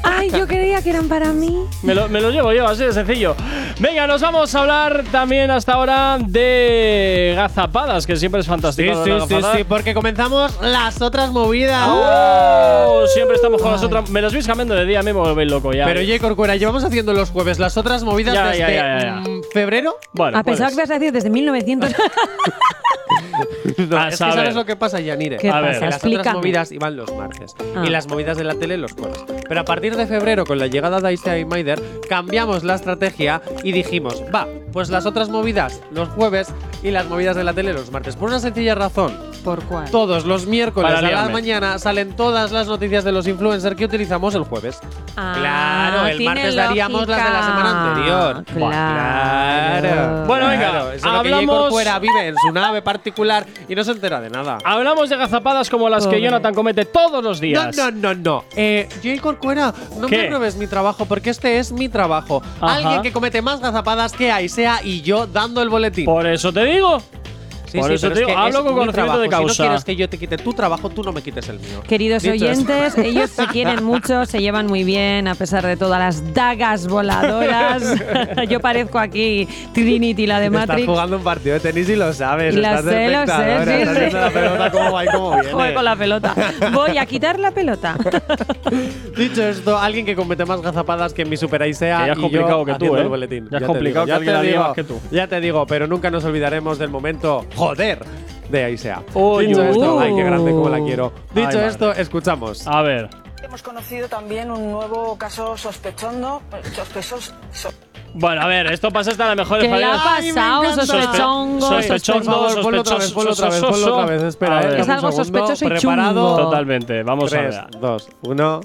Speaker 5: Ay, yo creía que eran para mí.
Speaker 3: Me lo, me lo llevo yo, así de sencillo. Venga, nos vamos a hablar también hasta ahora de gazapadas, que siempre es
Speaker 4: Sí,
Speaker 3: fantástico. hablar
Speaker 4: sí,
Speaker 3: de
Speaker 4: sí,
Speaker 3: gazapadas.
Speaker 4: sí, porque comenzamos las otras movidas.
Speaker 3: ¡Oh! Siempre estamos con las otras. Me las vais cambiando de día, a mí me volvéis loco ya.
Speaker 4: Pero oye, Corcuera, llevamos haciendo los jueves las otras movidas
Speaker 3: Ya,
Speaker 4: desde
Speaker 3: ya, ya, ya, ya.
Speaker 4: mm, febrero.
Speaker 3: Bueno, pues,
Speaker 5: A pesar Ah, que
Speaker 3: puedes.
Speaker 5: vas a decir desde 1900.
Speaker 3: A
Speaker 4: es que
Speaker 3: saber.
Speaker 4: sabes lo que pasa, Yanire.
Speaker 5: ¿Qué
Speaker 3: A ver.
Speaker 5: pasa?
Speaker 3: Que
Speaker 4: las otras
Speaker 5: Explícame.
Speaker 4: movidas iban los martes
Speaker 5: Ah.
Speaker 4: y las movidas de la tele los jueves. Pero a partir de febrero, con la llegada de Ice y Maider, cambiamos la estrategia y dijimos, va, pues las otras movidas los jueves y las movidas de la tele los martes. Por una sencilla razón,
Speaker 5: ¿Por cuál?
Speaker 4: todos los miércoles
Speaker 3: Para
Speaker 4: a la
Speaker 3: liarme.
Speaker 4: mañana salen todas las noticias de los influencers que utilizamos el jueves.
Speaker 5: Ah,
Speaker 4: claro, el
Speaker 5: tiene
Speaker 4: martes daríamos las de la semana
Speaker 5: lógica.
Speaker 4: anterior.
Speaker 5: Buah, Claro.
Speaker 4: Claro.
Speaker 3: Bueno, venga,
Speaker 4: Claro, eso es lo que
Speaker 3: hablamos-
Speaker 4: J. Corcuera vive en su nave particular y no se entera de nada.
Speaker 3: Hablamos de gazapadas como las que
Speaker 5: Pobre.
Speaker 3: Jonathan comete todos los
Speaker 4: No,
Speaker 3: días.
Speaker 4: no, no, no. Eh, Jay Corcuera, no
Speaker 3: ¿Qué?
Speaker 4: me robes mi trabajo, porque este es mi trabajo.
Speaker 3: Ajá.
Speaker 4: Alguien que comete más gazapadas que Aisea y yo dando el boletín.
Speaker 3: Por eso te digo. por eso te
Speaker 4: pero es
Speaker 3: digo,
Speaker 4: que
Speaker 3: hablo
Speaker 4: es
Speaker 3: con
Speaker 4: mi
Speaker 3: conocimiento de
Speaker 4: trabajo. Si
Speaker 3: causa.
Speaker 4: no quieres que yo te quite tu trabajo, tú no me quites el mío.
Speaker 5: Queridos
Speaker 4: Dicho esto.
Speaker 5: oyentes, ellos se quieren mucho, se llevan muy bien, a pesar de todas las dagas voladoras. Yo parezco aquí Trinity, la de
Speaker 4: Estás
Speaker 5: Matrix.
Speaker 4: jugando un partido de tenis y lo sabes.
Speaker 5: Y lo
Speaker 4: estás de
Speaker 5: sé, lo sé,
Speaker 4: espectadora,
Speaker 5: sí,
Speaker 4: estás
Speaker 5: sí.
Speaker 4: viendo la pelota cómo va y cómo viene.
Speaker 5: Voy con la pelota. Voy a quitar la pelota.
Speaker 4: Dicho esto, alguien que comete más gazapadas que mi Super Aisea.
Speaker 3: Que ya es
Speaker 4: y yo
Speaker 3: complicado que tú,
Speaker 4: haciendo
Speaker 3: ¿eh?
Speaker 4: el boletín.
Speaker 3: Ya es
Speaker 4: te
Speaker 3: complicado
Speaker 4: digo,
Speaker 3: que alguien
Speaker 4: ya te
Speaker 3: la
Speaker 4: digo,
Speaker 3: llevas que tú.
Speaker 4: Ya te digo, pero nunca nos olvidaremos del momento, joder, de Aisea.
Speaker 3: Uy,
Speaker 4: Dicho
Speaker 3: uy.
Speaker 4: esto, ay, qué grande, cómo la quiero.
Speaker 3: Ay,
Speaker 4: Dicho
Speaker 3: madre. Ah,
Speaker 4: esto, escuchamos.
Speaker 3: A ver.
Speaker 8: Hemos conocido también un nuevo caso sospechoso. sospechoso so-
Speaker 3: Bueno, a ver, esto pasa hasta la mejor
Speaker 5: ¿Qué le
Speaker 3: familia.
Speaker 5: ha pasado?
Speaker 4: encanta.
Speaker 5: Sospechongo.
Speaker 3: Sospe-
Speaker 4: Por
Speaker 3: sospechoso.
Speaker 5: sospechoso.
Speaker 4: favor, ponlo otra vez, ponlo otra vez, ponlo otra vez. Espera,
Speaker 3: A ver.
Speaker 4: eh,
Speaker 5: Es algo
Speaker 4: un segundo.
Speaker 5: sospechoso y
Speaker 4: Preparado.
Speaker 5: chungo.
Speaker 3: Totalmente, vamos
Speaker 4: Tres,
Speaker 3: a ver.
Speaker 4: dos, uno.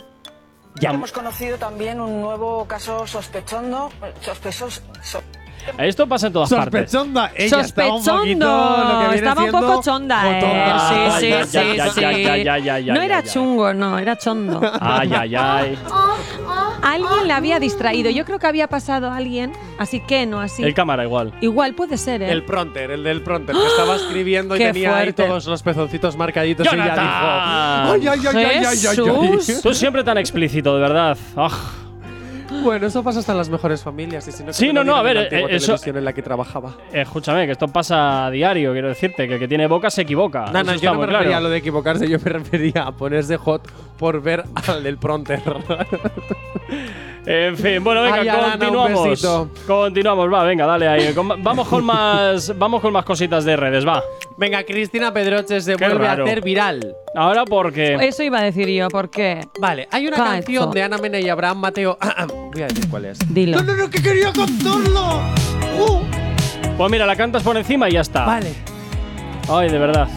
Speaker 8: Hemos conocido también un nuevo caso sospechoso. sospechoso so-
Speaker 3: Esto pasa en todas partes.
Speaker 4: Sospechonda, Ah, ella estaba un poquito lo que
Speaker 5: Sospechondo.
Speaker 4: viene
Speaker 5: Estaba un poco
Speaker 4: siendo
Speaker 5: chonda, eh.
Speaker 4: jotonda.
Speaker 5: Sí,
Speaker 3: Ah,
Speaker 5: sí,
Speaker 3: ya, ya,
Speaker 5: sí,
Speaker 3: ya,
Speaker 5: sí.
Speaker 3: ya, ya, ya, ya,
Speaker 5: No era
Speaker 3: ya.
Speaker 5: chungo, no, era chondo.
Speaker 3: Ay, ay, ay.
Speaker 5: Alguien la había distraído. Yo creo que había pasado a alguien, así que no así.
Speaker 3: El cámara igual.
Speaker 5: Igual puede ser, ¿eh?
Speaker 4: El pronter, el del pronter, que estaba escribiendo y
Speaker 5: ¡Qué
Speaker 4: tenía
Speaker 5: fuerte!
Speaker 4: ahí todos los pezoncitos marcaditos y
Speaker 3: ¡Jonathan!
Speaker 4: ya dijo. ¡Ay, ay, ay, ay, ay, ay, ay!
Speaker 5: Jesús.
Speaker 3: Tú siempre tan explícito, de verdad. Ah.
Speaker 4: Bueno, eso pasa hasta en las mejores familias. Y si no,
Speaker 3: Sí,
Speaker 4: que me
Speaker 3: no,
Speaker 4: lo
Speaker 3: no,
Speaker 4: digan
Speaker 3: a
Speaker 4: en
Speaker 3: ver,
Speaker 4: la antigua
Speaker 3: eh, eso-
Speaker 4: televisión en la que trabajaba.
Speaker 3: Escúchame, que esto pasa a diario, quiero decirte, que el que tiene boca se equivoca.
Speaker 4: No,
Speaker 3: Eso
Speaker 4: no,
Speaker 3: está
Speaker 4: yo no me
Speaker 3: muy
Speaker 4: refería a
Speaker 3: claro.
Speaker 4: lo de equivocarse, yo me refería a ponerse hot por ver al del pronter.
Speaker 3: En fin, bueno, venga,
Speaker 4: Ay, Arana, un
Speaker 3: continuamos.
Speaker 4: besito.
Speaker 3: Continuamos, va, venga, dale ahí. Con- vamos con más vamos con más cositas de redes, va.
Speaker 4: Venga, Cristina Pedroche se
Speaker 3: Qué
Speaker 4: vuelve
Speaker 3: raro.
Speaker 4: a hacer viral.
Speaker 3: Ahora porque
Speaker 5: Eso iba a decir yo, ¿por qué?
Speaker 4: Vale, hay una
Speaker 5: Calzo.
Speaker 4: canción de Ana Mena y Abraham Mateo. Voy a decir cuál es.
Speaker 5: Dilo.
Speaker 4: no, que quería contarlo. Ah.
Speaker 3: pues mira, la cantas por encima y ya está.
Speaker 4: Vale.
Speaker 3: Ay, de verdad.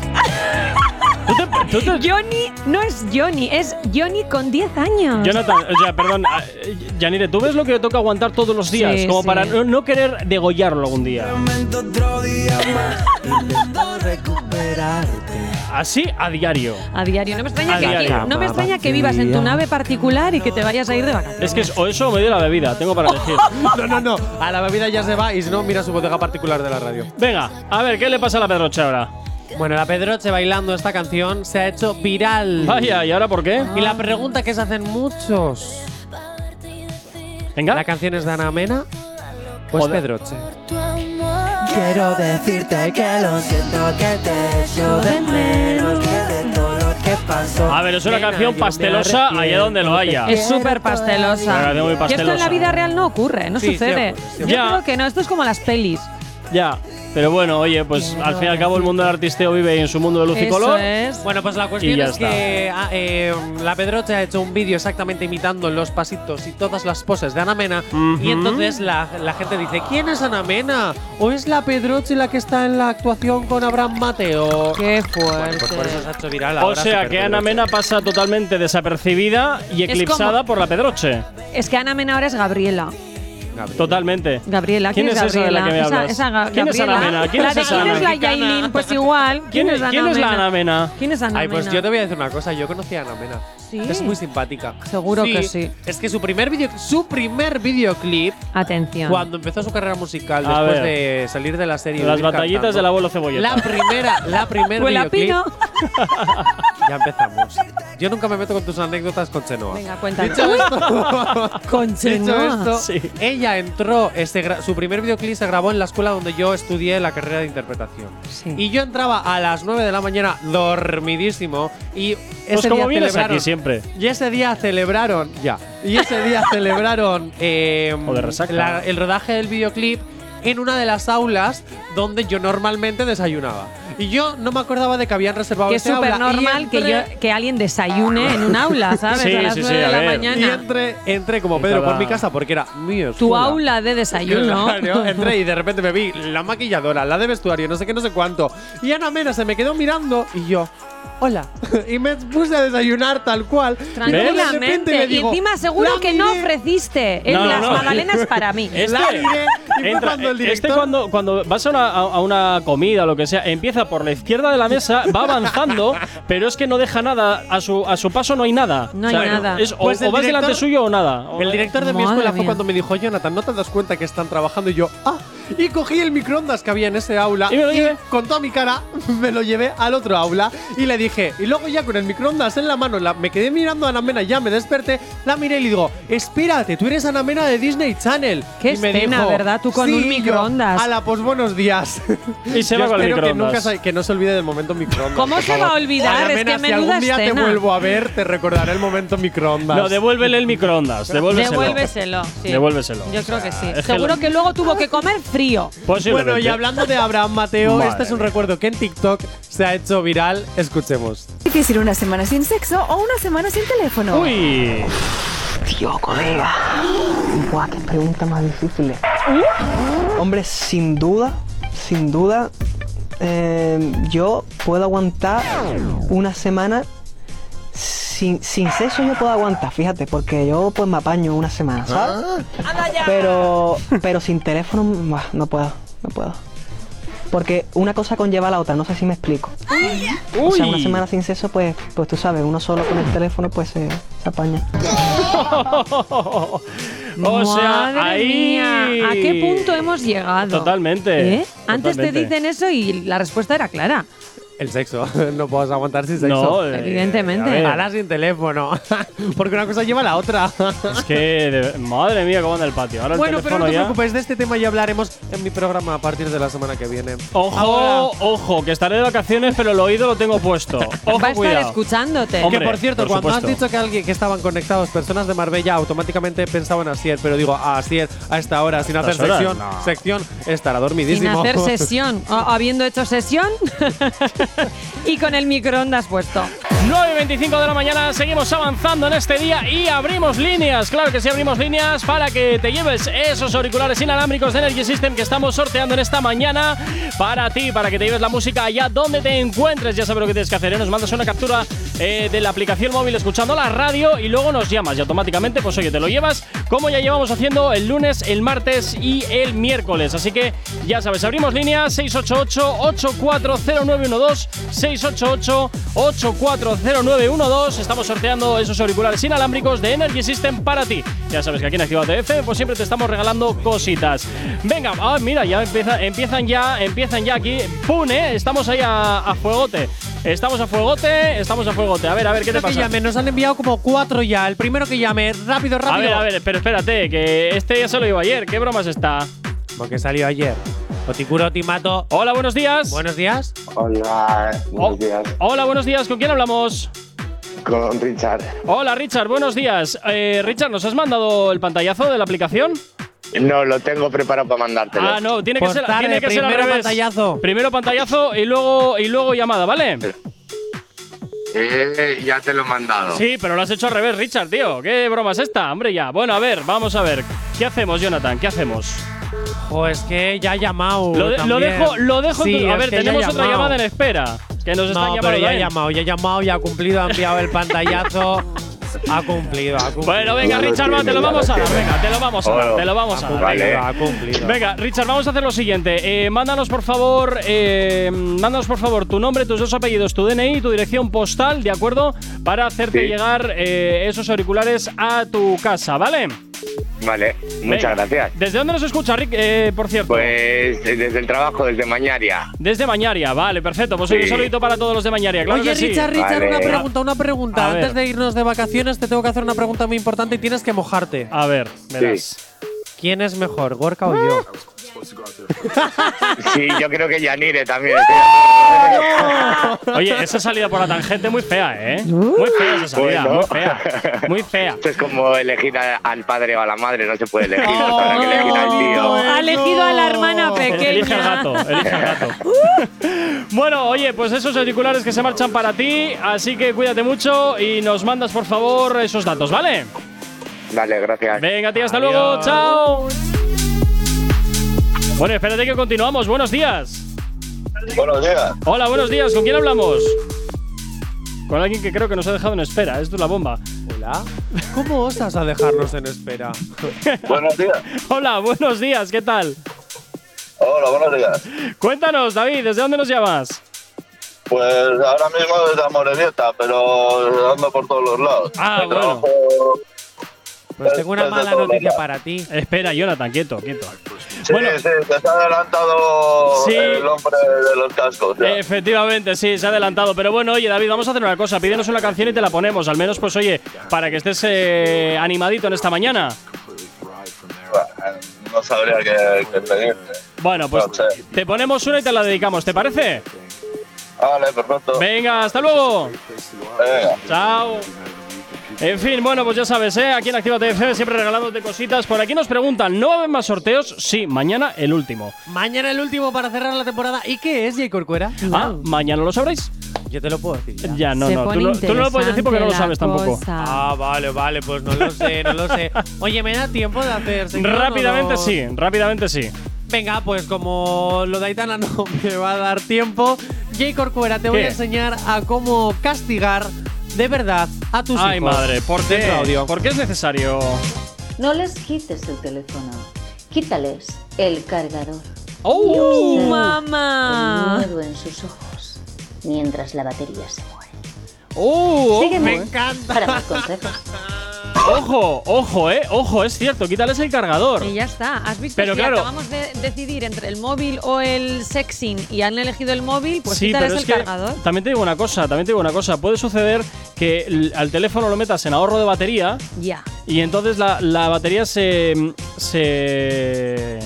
Speaker 3: ¿Tú te- tú te-
Speaker 5: Johnny no es Johnny, es Johnny con 10 años.
Speaker 3: Jonathan, o sea, perdón, ah, eh, Yanire, tú ves lo que le toca aguantar todos los días,
Speaker 5: Sí,
Speaker 3: como
Speaker 5: sí.
Speaker 3: para no, no querer degollarlo algún día.
Speaker 1: Momento otro día más, intento recuperarte.
Speaker 3: Así a diario.
Speaker 5: A diario. No me extraña,
Speaker 3: A
Speaker 5: que, aquí-
Speaker 3: diario.
Speaker 5: no me extraña que vivas en tu nave particular y que te vayas a ir de vacaciones.
Speaker 3: Es que es o eso o me dio la bebida, tengo para elegir.
Speaker 4: No, no, no. A la bebida ya se va y si no, mira su bodega particular de la radio.
Speaker 3: Venga, a ver, ¿qué le pasa a la Pedroche ahora?
Speaker 4: Bueno, la Pedroche bailando esta canción se ha hecho viral.
Speaker 3: Vaya, ¿y ahora por qué?
Speaker 4: Y la pregunta que se hacen muchos. ¿La
Speaker 3: Venga.
Speaker 4: canción es de Ana Mena? Pues
Speaker 3: Joder.
Speaker 4: Pedroche.
Speaker 1: Quiero decirte que lo siento que te echo de menos que de todo lo que pasó.
Speaker 3: A ver, es una
Speaker 4: Nena,
Speaker 3: canción
Speaker 4: yo me
Speaker 3: pastelosa
Speaker 4: arrepiento.
Speaker 3: allá donde lo haya.
Speaker 5: Es súper pastelosa.
Speaker 3: La verdad, Ah. muy
Speaker 5: Que esto en
Speaker 3: pastelosa.
Speaker 5: la vida real no ocurre, no
Speaker 4: Sí,
Speaker 5: sucede.
Speaker 4: siempre,
Speaker 5: Yo
Speaker 3: siempre. Ya.
Speaker 5: creo que no, esto es como las pelis.
Speaker 3: Ya. Pero bueno, oye, pues al fin y al cabo el mundo del artisteo vive en su mundo de luz y
Speaker 5: Eso
Speaker 3: color.
Speaker 5: es.
Speaker 4: Bueno, pues la cuestión
Speaker 3: ya
Speaker 4: es
Speaker 3: está.
Speaker 4: que ah, eh, la Pedroche ha hecho un vídeo exactamente imitando los pasitos y todas las poses de Ana Mena. Y entonces la, la gente dice: ¿Quién es Ana Mena? ¿O es la Pedroche la que está en la actuación con Abraham Mateo?
Speaker 5: Qué
Speaker 4: Bueno,
Speaker 5: fuerte.
Speaker 4: pues por eso se ha hecho viral.
Speaker 3: O
Speaker 4: ahora
Speaker 3: sea
Speaker 4: Super
Speaker 3: que Ana
Speaker 4: Pedroche.
Speaker 3: Mena pasa totalmente desapercibida y
Speaker 5: Es
Speaker 3: eclipsada
Speaker 5: como-
Speaker 3: por la Pedroche.
Speaker 5: es que Ana Mena ahora es Gabriela.
Speaker 3: Totalmente.
Speaker 5: Gabriela, ¿quién,
Speaker 3: ¿Quién es esa de la
Speaker 5: Gabriela?
Speaker 3: que me hablas?
Speaker 5: Esa- esa Ga-
Speaker 3: ¿Quién es Ana
Speaker 5: Gabriela.
Speaker 3: Mena? ¿Quién
Speaker 5: la
Speaker 3: es
Speaker 5: de
Speaker 3: esa
Speaker 5: ¿Quién
Speaker 3: Ana
Speaker 5: es la
Speaker 3: Mexicana?
Speaker 5: Yailin? Pues igual. ¿Quién,
Speaker 3: ¿Quién
Speaker 5: es,
Speaker 3: es-
Speaker 5: Ana
Speaker 3: quién es la
Speaker 5: Mena?
Speaker 3: Ana Mena?
Speaker 5: ¿Quién es Ana
Speaker 4: Ay, pues
Speaker 5: Mena?
Speaker 4: yo te voy a decir una cosa, yo conocí a Ana Mena.
Speaker 5: Sí.
Speaker 4: Es muy simpática.
Speaker 5: Seguro que sí.
Speaker 4: Es que su primer video, su primer videoclip
Speaker 5: Atención.
Speaker 4: cuando empezó su carrera musical
Speaker 3: A
Speaker 4: después
Speaker 3: ver.
Speaker 4: de salir de la serie
Speaker 3: Las
Speaker 4: de
Speaker 3: batallitas del abuelo Cebolleta.
Speaker 4: La primera, la primer
Speaker 5: Huele a
Speaker 4: videoclip.
Speaker 5: Pues pino.
Speaker 4: Ya empezamos. Yo nunca me meto con tus anécdotas con Chenoa.
Speaker 5: Venga, cuéntanos.
Speaker 4: Dicho esto,
Speaker 5: Con
Speaker 4: Dicho
Speaker 5: Chenoa.
Speaker 4: esto,
Speaker 3: Sí.
Speaker 4: ella entró, este gra- su primer videoclip se grabó en la escuela donde yo estudié la carrera de interpretación.
Speaker 5: Sí.
Speaker 4: Y yo entraba a las 9 de la mañana dormidísimo y
Speaker 3: Pues
Speaker 4: ese
Speaker 3: como
Speaker 4: día
Speaker 3: vienes
Speaker 4: celebraron-
Speaker 3: aquí siempre.
Speaker 4: Y ese día celebraron, ya, y ese día celebraron eh,
Speaker 3: Joder, resaca.
Speaker 4: la- el rodaje del videoclip en una de las aulas donde yo normalmente desayunaba. Y yo no me acordaba de que habían reservado
Speaker 5: Que es
Speaker 4: ese aula.
Speaker 5: súper
Speaker 4: Y
Speaker 5: normal que,
Speaker 4: entré-
Speaker 5: yo- que alguien desayune en un aula, ¿sabes?
Speaker 3: Sí,
Speaker 5: a las
Speaker 3: sí, sí,
Speaker 5: 9
Speaker 3: a
Speaker 5: de la
Speaker 3: ver.
Speaker 4: Y
Speaker 5: mañana.
Speaker 4: entré, entré como Pedro por mi casa porque era mío.
Speaker 5: Tu aula de desayuno.
Speaker 4: Claro, entré y de repente me vi la maquilladora, la de vestuario, no sé qué, no sé cuánto. Y Ana Mena se me quedó mirando y yo, hola. y me puse a desayunar tal cual. Y luego de repente
Speaker 5: Tranquilamente.
Speaker 4: le
Speaker 5: Y
Speaker 4: digo,
Speaker 5: encima seguro
Speaker 4: la
Speaker 5: que no
Speaker 4: miré,
Speaker 5: ofreciste en
Speaker 3: No, no,
Speaker 5: las
Speaker 3: no.
Speaker 5: magdalenas para mí.
Speaker 3: Este,
Speaker 4: La miré y fue
Speaker 3: entra-
Speaker 4: cuando el
Speaker 3: este
Speaker 4: director-
Speaker 3: cuando, cuando vas a una, a- a una comida o lo que sea, empieza por la izquierda de la mesa, va avanzando, pero es que no deja nada. A su, a su paso no hay nada.
Speaker 5: No hay nada.
Speaker 3: es o,
Speaker 4: Pues el
Speaker 3: o vas
Speaker 4: director-
Speaker 3: delante suyo o nada. O-
Speaker 4: El director de mi
Speaker 5: Madre
Speaker 4: escuela
Speaker 5: mía.
Speaker 4: fue cuando me dijo, Jonathan, ¿no te das cuenta que están trabajando? Y yo, ah, y cogí el microondas que había en ese aula
Speaker 3: Y me lo llevé.
Speaker 4: con toda mi cara me lo llevé al otro aula y le dije, y luego ya con el microondas en la mano, la- me quedé mirando a Ana Mena, ya me desperté, la miré y le digo, espérate, tú eres Ana Mena de Disney Channel.
Speaker 5: Qué
Speaker 4: y me
Speaker 5: escena, ¿verdad? Tú con un
Speaker 4: y yo,
Speaker 5: microondas.
Speaker 4: Ala, pues buenos días.
Speaker 3: Y se
Speaker 4: Yo
Speaker 3: va con el
Speaker 4: espero que,
Speaker 3: microondas.
Speaker 4: nunca se, que no se olvide del momento microondas.
Speaker 5: ¿Cómo
Speaker 4: por
Speaker 5: se va a
Speaker 4: favor.
Speaker 5: olvidar?
Speaker 4: Ana
Speaker 5: Es
Speaker 4: Mena,
Speaker 5: que
Speaker 4: si
Speaker 5: menuda
Speaker 4: algún día
Speaker 5: escena.
Speaker 4: te vuelvo a ver, te recordaré el momento microondas.
Speaker 3: No, devuélvele el microondas. Devuélveselo.
Speaker 5: Devuélveselo. sí.
Speaker 3: Devuélveselo.
Speaker 5: Yo creo que sí.
Speaker 3: Es que
Speaker 5: Seguro
Speaker 3: lo-
Speaker 5: que luego tuvo que comer frío.
Speaker 3: Posiblemente.
Speaker 4: Bueno, y hablando de Abraham Mateo,
Speaker 3: Madre
Speaker 4: este es un
Speaker 3: mía.
Speaker 4: recuerdo que en TikTok se ha hecho viral. Escuchemos.
Speaker 9: Difícil una semana sin sexo o una semana sin teléfono.
Speaker 3: Uy.
Speaker 10: Tío, colega. Buah, qué pregunta más difícil. eh. Hombre, sin duda, sin duda, eh, yo puedo aguantar una semana. Sin, sin sexo yo puedo aguantar, fíjate, porque yo pues me apaño una semana, ¿sabes? Pero, pero sin teléfono, buah, no puedo, no puedo. Porque una cosa conlleva a la otra, no sé si me explico. O sea, una
Speaker 3: Uy.
Speaker 10: semana sin sexo, pues, pues tú sabes, uno solo con el teléfono, pues se- se apaña.
Speaker 3: Oh, o sea,
Speaker 5: Madre
Speaker 3: ahí.
Speaker 5: mía, ¿A qué punto hemos llegado?
Speaker 3: Totalmente.
Speaker 5: ¿Eh? Antes te
Speaker 3: Totalmente.
Speaker 5: dicen eso y la respuesta era clara.
Speaker 4: El sexo. no puedes aguantar sin
Speaker 3: No,
Speaker 4: sexo.
Speaker 3: eh,
Speaker 5: Evidentemente.
Speaker 3: a ver,
Speaker 4: Ahora sin teléfono. porque una cosa lleva a la otra.
Speaker 3: es que. de- madre mía, cómo anda el patio. Ahora el
Speaker 4: bueno, pero
Speaker 3: teléfono
Speaker 4: no te
Speaker 3: ya.
Speaker 4: preocupes, de este tema ya hablaremos en mi programa a partir de la semana que viene.
Speaker 3: Ojo,
Speaker 4: Ahora,
Speaker 3: ojo, que estaré de vacaciones, pero el oído lo tengo puesto. Ojo,
Speaker 5: Va a estar
Speaker 3: cuidado.
Speaker 5: escuchándote.
Speaker 3: Hombre,
Speaker 4: que por cierto,
Speaker 3: por
Speaker 4: cuando
Speaker 3: supuesto.
Speaker 4: has dicho que alguien que estaban conectados, personas de Marbella, automáticamente pensaban así, pero digo, así a esta hora, sin hacer
Speaker 3: estas horas?
Speaker 4: sección,
Speaker 3: No.
Speaker 4: sección, estará
Speaker 5: Sin
Speaker 4: dormidísimo.
Speaker 5: hacer sesión. O- habiendo hecho sesión y con el microondas puesto.
Speaker 3: 9 y 25 de la mañana, seguimos avanzando en este día y abrimos líneas. Claro que sí, abrimos líneas para que te lleves esos auriculares inalámbricos de Energy System que estamos sorteando en esta mañana para ti, para que te lleves la música allá donde te encuentres. Ya sabes lo que tienes que hacer, ¿eh? nos mandas una captura eh, de la aplicación móvil escuchando la radio y luego nos llamas y automáticamente, pues oye, te lo llevas como ya llevamos haciendo el lunes, el martes y el miércoles. Así que ya sabes, abrimos líneas 688-840912, 688-840912. Estamos sorteando esos auriculares inalámbricos de Energy System para ti. Ya sabes que aquí en Activate FM pues siempre te estamos regalando cositas. Venga, ah, mira, ya empieza- empiezan ya, empiezan ya aquí. ¡Pum! eh! Estamos ahí a, a fuegote. Estamos a fuegote, estamos a fuegote. A ver, a ver, ¿qué te
Speaker 4: Quiero que
Speaker 3: pasa?
Speaker 4: llame. Nos han enviado como cuatro ya. El primero que llame, rápido, rápido.
Speaker 3: A ver, a ver, pero espérate, que este ya se lo iba ayer. ¿Qué bromas está?
Speaker 4: Porque salió ayer. Oticuro, Timato.
Speaker 3: Hola, buenos días. Oh,
Speaker 4: Buenos días.
Speaker 11: Hola, buenos días.
Speaker 3: Hola, buenos días. ¿Con quién hablamos?
Speaker 11: Con Richard.
Speaker 3: Hola, Richard. Buenos días. Eh, Richard, ¿nos has mandado el pantallazo de la aplicación?
Speaker 11: No, lo tengo preparado para mandártelo.
Speaker 3: Ah, no, tiene que
Speaker 4: Por
Speaker 3: ser,
Speaker 4: tarde,
Speaker 3: tiene que ser al
Speaker 4: primero
Speaker 3: revés.
Speaker 4: pantallazo.
Speaker 3: Primero pantallazo y luego, y luego llamada, ¿vale?
Speaker 11: Eh, ya te lo he mandado.
Speaker 3: Sí, pero lo has hecho al revés, Richard, tío. ¿Qué broma es esta? Hombre, ya. Bueno, a ver, vamos a ver. ¿Qué hacemos, Jonathan? ¿Qué hacemos?
Speaker 4: Jo, Oh, es que ya ha llamado.
Speaker 3: Lo, de- lo
Speaker 4: también.
Speaker 3: dejo, lo dejo. en
Speaker 4: Sí,
Speaker 3: tu- a
Speaker 4: es
Speaker 3: ver,
Speaker 4: que ya ha
Speaker 3: tenemos otra
Speaker 4: llamado.
Speaker 3: llamada en espera. Que nos están
Speaker 4: no,
Speaker 3: llamando.
Speaker 4: pero ya ha
Speaker 3: también.
Speaker 4: llamado, ya ha llamado, ya ha cumplido, ha enviado el pantallazo. Ha cumplido, ha cumplido.
Speaker 3: Bueno, venga, Richard, va, te lo vamos a dar. Venga, te lo vamos a dar,
Speaker 4: Bueno,
Speaker 3: te lo vamos a dar.
Speaker 4: vale.
Speaker 3: venga.
Speaker 4: Ha cumplido.
Speaker 3: Venga, Richard, vamos a hacer lo siguiente. Eh, mándanos por favor, eh, mándanos por favor tu nombre, tus dos apellidos, tu DNI, tu dirección postal, de acuerdo, para hacerte
Speaker 11: Sí.
Speaker 3: llegar eh, esos auriculares a tu casa, ¿vale?
Speaker 11: Vale, muchas
Speaker 3: Venga.
Speaker 11: gracias.
Speaker 3: ¿Desde dónde nos escucha, Rick? Eh, por cierto.
Speaker 11: Pues eh, desde el trabajo, desde Mañaria.
Speaker 3: Desde Mañaria, vale, perfecto. Pues oye, un
Speaker 11: Sí.
Speaker 3: saludito para todos los de Mañaria, claro
Speaker 4: Oye,
Speaker 3: que sí.
Speaker 4: Richard, Richard, una pregunta, una
Speaker 3: A
Speaker 4: pregunta.
Speaker 3: ver.
Speaker 4: Antes de irnos de vacaciones, te tengo que hacer una pregunta muy importante y tienes que mojarte.
Speaker 3: A ver, verás.
Speaker 4: ¿Quién es mejor, Gorka o yo?
Speaker 11: Sí, yo creo que Yanire también.
Speaker 3: Oye, esa salida por la tangente muy fea, ¿eh? Muy fea esa salida,
Speaker 11: Bueno.
Speaker 3: muy fea. Muy fea.
Speaker 11: Esto es como elegir a- al padre o a la madre, no se puede elegir.
Speaker 3: Oh,
Speaker 11: habrá que elegir al tío.
Speaker 5: Ha elegido a la hermana pequeña.
Speaker 3: Elige al gato, elige al gato. bueno, oye, pues esos auriculares que se marchan para ti, así que cuídate mucho y nos mandas por favor esos datos, ¿vale?
Speaker 11: Vale, gracias.
Speaker 3: Venga, tía, hasta luego, chao. Bueno, espérate que continuamos. Buenos días.
Speaker 12: Buenos días.
Speaker 3: Hola, buenos días. ¿Con quién hablamos? Con alguien que creo que nos ha dejado en espera. Esto es la bomba.
Speaker 4: Hola. ¿Cómo osas a dejarnos en espera?
Speaker 12: Buenos días.
Speaker 3: Hola, buenos días. ¿Qué tal?
Speaker 12: Hola, buenos días.
Speaker 3: Cuéntanos, David, ¿desde dónde nos llamas?
Speaker 12: Pues ahora mismo desde Amorebieta, pero ando por todos los lados.
Speaker 3: Ah,
Speaker 12: Me
Speaker 3: bueno.
Speaker 12: trabajo-
Speaker 4: Pues tengo una
Speaker 12: Desde
Speaker 4: mala
Speaker 12: todos
Speaker 4: noticia
Speaker 12: lados.
Speaker 4: para ti.
Speaker 3: Espera, Jonathan, quieto, quieto.
Speaker 12: Sí, sí, que se ha adelantado
Speaker 3: Sí.
Speaker 12: el hombre de los cascos. ya.
Speaker 3: Efectivamente, sí, se ha adelantado. Pero bueno, oye, David, vamos a hacer una cosa. Pídenos una canción y te la ponemos. Al menos, pues oye, para que estés eh, animadito en esta mañana.
Speaker 12: No sabría qué, qué pedirte.
Speaker 3: Bueno, pues
Speaker 12: No sé.
Speaker 3: te ponemos una y te la dedicamos, ¿te parece?
Speaker 12: Vale, perfecto.
Speaker 3: Venga, hasta luego.
Speaker 12: Venga.
Speaker 3: Chao. En fin, bueno, pues ya sabes, ¿eh? aquí en Activa FM siempre regalándote cositas. Por aquí nos preguntan, ¿no va a haber más sorteos? Sí, mañana el último.
Speaker 4: Mañana el último para cerrar la temporada. ¿Y qué es, Jay Corcuera?
Speaker 3: Ah, mañana lo sabréis.
Speaker 4: Yo te lo puedo decir. Ya,
Speaker 3: Ya, no,
Speaker 4: Se
Speaker 3: no. Tú,
Speaker 4: pone
Speaker 3: lo- tú no lo puedes decir porque no lo
Speaker 4: interesante
Speaker 3: sabes tampoco.
Speaker 4: la Ah, vale, vale, pues no lo sé, no lo sé. Oye, ¿me da tiempo de hacer? señor,
Speaker 3: Rápidamente
Speaker 4: o no?
Speaker 3: sí, rápidamente sí.
Speaker 4: Venga, pues como lo de Aitana no me va a dar tiempo, Jay Corcuera, te voy
Speaker 3: ¿Qué?
Speaker 4: a enseñar a cómo castigar de verdad a tus
Speaker 3: Ay,
Speaker 4: hijos.
Speaker 3: madre, ¿por
Speaker 4: Dentro
Speaker 3: qué?
Speaker 4: audio.
Speaker 3: ¿Por qué es necesario?
Speaker 13: No les quites el teléfono, quítales el cargador.
Speaker 3: ¡Oh,
Speaker 13: Y observa
Speaker 5: mamá!
Speaker 13: el miedo en sus ojos mientras la batería se muere.
Speaker 3: ¡Oh!
Speaker 13: Sígueme
Speaker 3: me
Speaker 13: encanta! Para más consejos.
Speaker 3: Ojo, ojo, eh, ojo, es cierto, quítales el cargador.
Speaker 5: Y ya está. ¿Has visto
Speaker 3: Uh. Pero
Speaker 5: si
Speaker 3: claro.
Speaker 5: acabamos de decidir entre el móvil o el sexing y han elegido el móvil? Pues quítales el
Speaker 3: que
Speaker 5: cargador.
Speaker 3: también te digo una cosa, también te digo una cosa, puede suceder que el- al teléfono lo metas en ahorro de batería
Speaker 5: Ya.
Speaker 3: y entonces la, la batería se se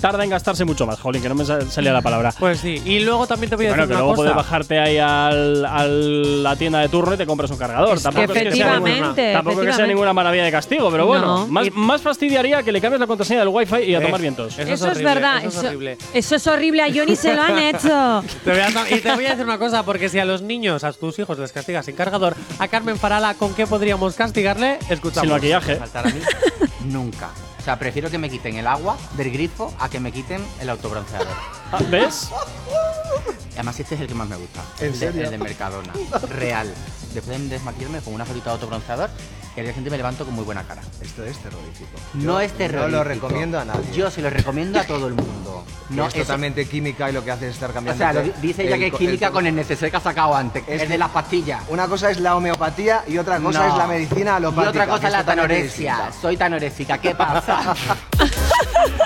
Speaker 3: tarda en gastarse mucho más. Jolín, que no me sal- salía la palabra.
Speaker 4: Pues sí. Y luego también te voy a decir
Speaker 3: Bueno, que
Speaker 4: una
Speaker 3: luego
Speaker 4: cosa.
Speaker 3: puedes bajarte ahí al, al- la tienda de turno y te compras un cargador.
Speaker 4: Es
Speaker 3: tampoco
Speaker 4: que
Speaker 3: es que sea ninguna,
Speaker 4: efectivamente,
Speaker 3: tampoco es que sea
Speaker 4: efectivamente.
Speaker 3: ninguna maravilla de castigo, pero bueno.
Speaker 4: No.
Speaker 3: Más, más fastidiaría que le cambies la contraseña del wifi y a
Speaker 4: Eh,
Speaker 3: tomar vientos.
Speaker 4: eso
Speaker 5: Eso, es, verdad.
Speaker 4: eso es horrible.
Speaker 5: eso es horrible. A Johnny se lo han hecho.
Speaker 4: Te voy a- y te voy a decir una cosa, porque si a los niños, a tus hijos les castigas sin cargador, a Carmen Farala, ¿con qué podríamos castigarle? Escuchamos.
Speaker 3: Sin maquillaje.
Speaker 14: Faltar a mí, nunca. O sea, prefiero que me quiten el agua del grifo a que me quiten el autobronceador.
Speaker 3: Ah, ¿Ves?
Speaker 14: Además, este es el que más me gusta.
Speaker 3: ¿En
Speaker 14: el, de,
Speaker 3: serio?
Speaker 14: el de Mercadona. Real. Después de desmaquillarme con una fotita de autobronceador y al día siguiente me levanto con muy buena cara.
Speaker 15: Esto es terrorífico.
Speaker 14: No es terrorífico.
Speaker 15: No lo recomiendo a nadie.
Speaker 14: Yo se lo recomiendo a todo el mundo. No
Speaker 15: No, es totalmente química y lo que hace es estar
Speaker 14: O
Speaker 15: cambiando.
Speaker 14: sea, lo di- dice ella que es química con el neceser que ha sacado antes.
Speaker 15: Es
Speaker 14: Es, de las pastillas.
Speaker 15: Una cosa es la homeopatía y otra cosa
Speaker 14: No.
Speaker 15: es la medicina alopática.
Speaker 14: Y otra cosa
Speaker 15: que
Speaker 14: es la
Speaker 15: totalmente
Speaker 14: tanorexia.
Speaker 15: distinta.
Speaker 14: Soy tanoréxica, ¿qué pasa?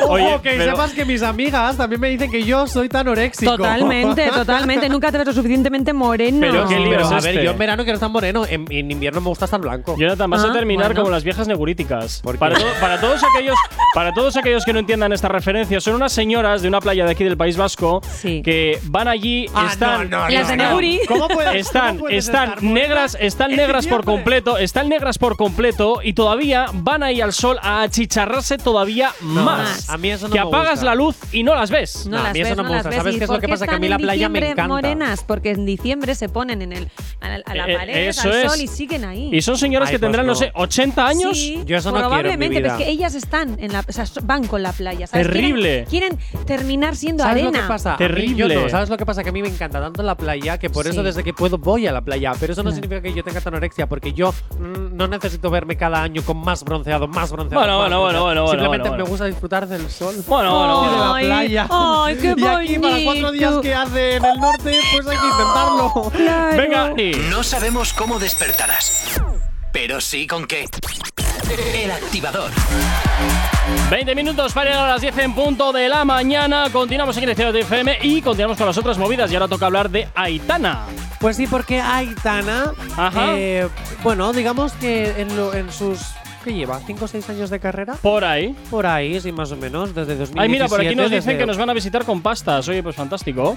Speaker 4: Oye, que
Speaker 14: pero-
Speaker 4: sepas que mis amigas también me dicen que yo soy tan oréxico.
Speaker 5: Totalmente, totalmente. Nunca te ves lo suficientemente moreno.
Speaker 4: a
Speaker 3: este.
Speaker 4: ver, yo en verano quiero estar moreno, en, en invierno me gusta estar blanco.
Speaker 3: Jonathan, vas a
Speaker 5: Ah,
Speaker 3: terminar
Speaker 5: bueno.
Speaker 3: como las viejas neguríticas. Para, to- para todos aquellos, para todos aquellos que no entiendan esta referencia, son unas señoras de una playa de aquí del País Vasco que van allí,
Speaker 4: Ah,
Speaker 3: están,
Speaker 4: no, no, Las de no. Neguri. ¿Cómo puedes-
Speaker 3: están,
Speaker 4: cómo puedes
Speaker 3: están
Speaker 4: estar
Speaker 3: negras, están negras por completo, están negras por completo y todavía van ahí al sol a achicharrarse todavía
Speaker 4: No,
Speaker 3: más.
Speaker 4: a mí eso no
Speaker 3: que
Speaker 4: me
Speaker 3: apagas
Speaker 4: gusta.
Speaker 3: la luz y no las ves.
Speaker 5: No, las ves, las ves. ¿Y por están en diciembre morenas? Porque en diciembre se ponen en el, a la, a la
Speaker 3: Eh,
Speaker 5: pared,
Speaker 3: eso
Speaker 5: al sol
Speaker 3: es.
Speaker 5: y siguen ahí.
Speaker 3: Y son señoras
Speaker 4: Ay,
Speaker 3: que tendrán,
Speaker 4: pues
Speaker 3: no.
Speaker 4: no.
Speaker 3: sé, 80 años.
Speaker 5: Sí, probablemente, pero es que ellas están en la, o sea, van con la playa. ¿sabes?
Speaker 3: Terrible.
Speaker 5: Quieren, quieren terminar siendo
Speaker 4: ¿Sabes
Speaker 5: arena.
Speaker 4: lo que pasa? A mí-
Speaker 3: Terrible.
Speaker 4: yo no, ¿Sabes lo que pasa? Que a mí me encanta tanto la playa que por eso
Speaker 5: Sí.
Speaker 4: desde que puedo voy a la playa. Pero eso no significa que yo tenga tanorexia, porque yo mm, no necesito verme cada año con más bronceado, más bronceado.
Speaker 3: Bueno,
Speaker 4: más
Speaker 3: bueno, bueno,
Speaker 4: bronceado.
Speaker 3: bueno, bueno,
Speaker 4: Simplemente
Speaker 3: bueno.
Speaker 4: me gusta disfrutar del sol.
Speaker 3: Bueno, bueno,
Speaker 4: Y de
Speaker 5: Oh.
Speaker 3: bueno.
Speaker 4: la playa.
Speaker 5: Ay, qué
Speaker 4: Y aquí para cuatro días
Speaker 5: bonito.
Speaker 4: que hace en el norte, pues hay que intentarlo.
Speaker 3: Venga,
Speaker 2: No sabemos cómo despertarás, pero sí con qué. El activador.
Speaker 3: 20 minutos para llegar a las 10 en punto de la mañana. Continuamos aquí en Activa FM y continuamos con las otras movidas. Y ahora toca hablar de Aitana.
Speaker 4: Pues sí, porque Aitana,
Speaker 3: Ajá.
Speaker 4: eh, bueno, digamos que en, lo- en sus... ¿Qué lleva? ¿5 o 6 años de carrera?
Speaker 3: Por ahí.
Speaker 4: Por ahí, sí, más o menos, desde 2017.
Speaker 3: Ay, mira, por aquí nos dicen
Speaker 4: desde-
Speaker 3: que nos van a visitar con pastas. Oye, pues fantástico.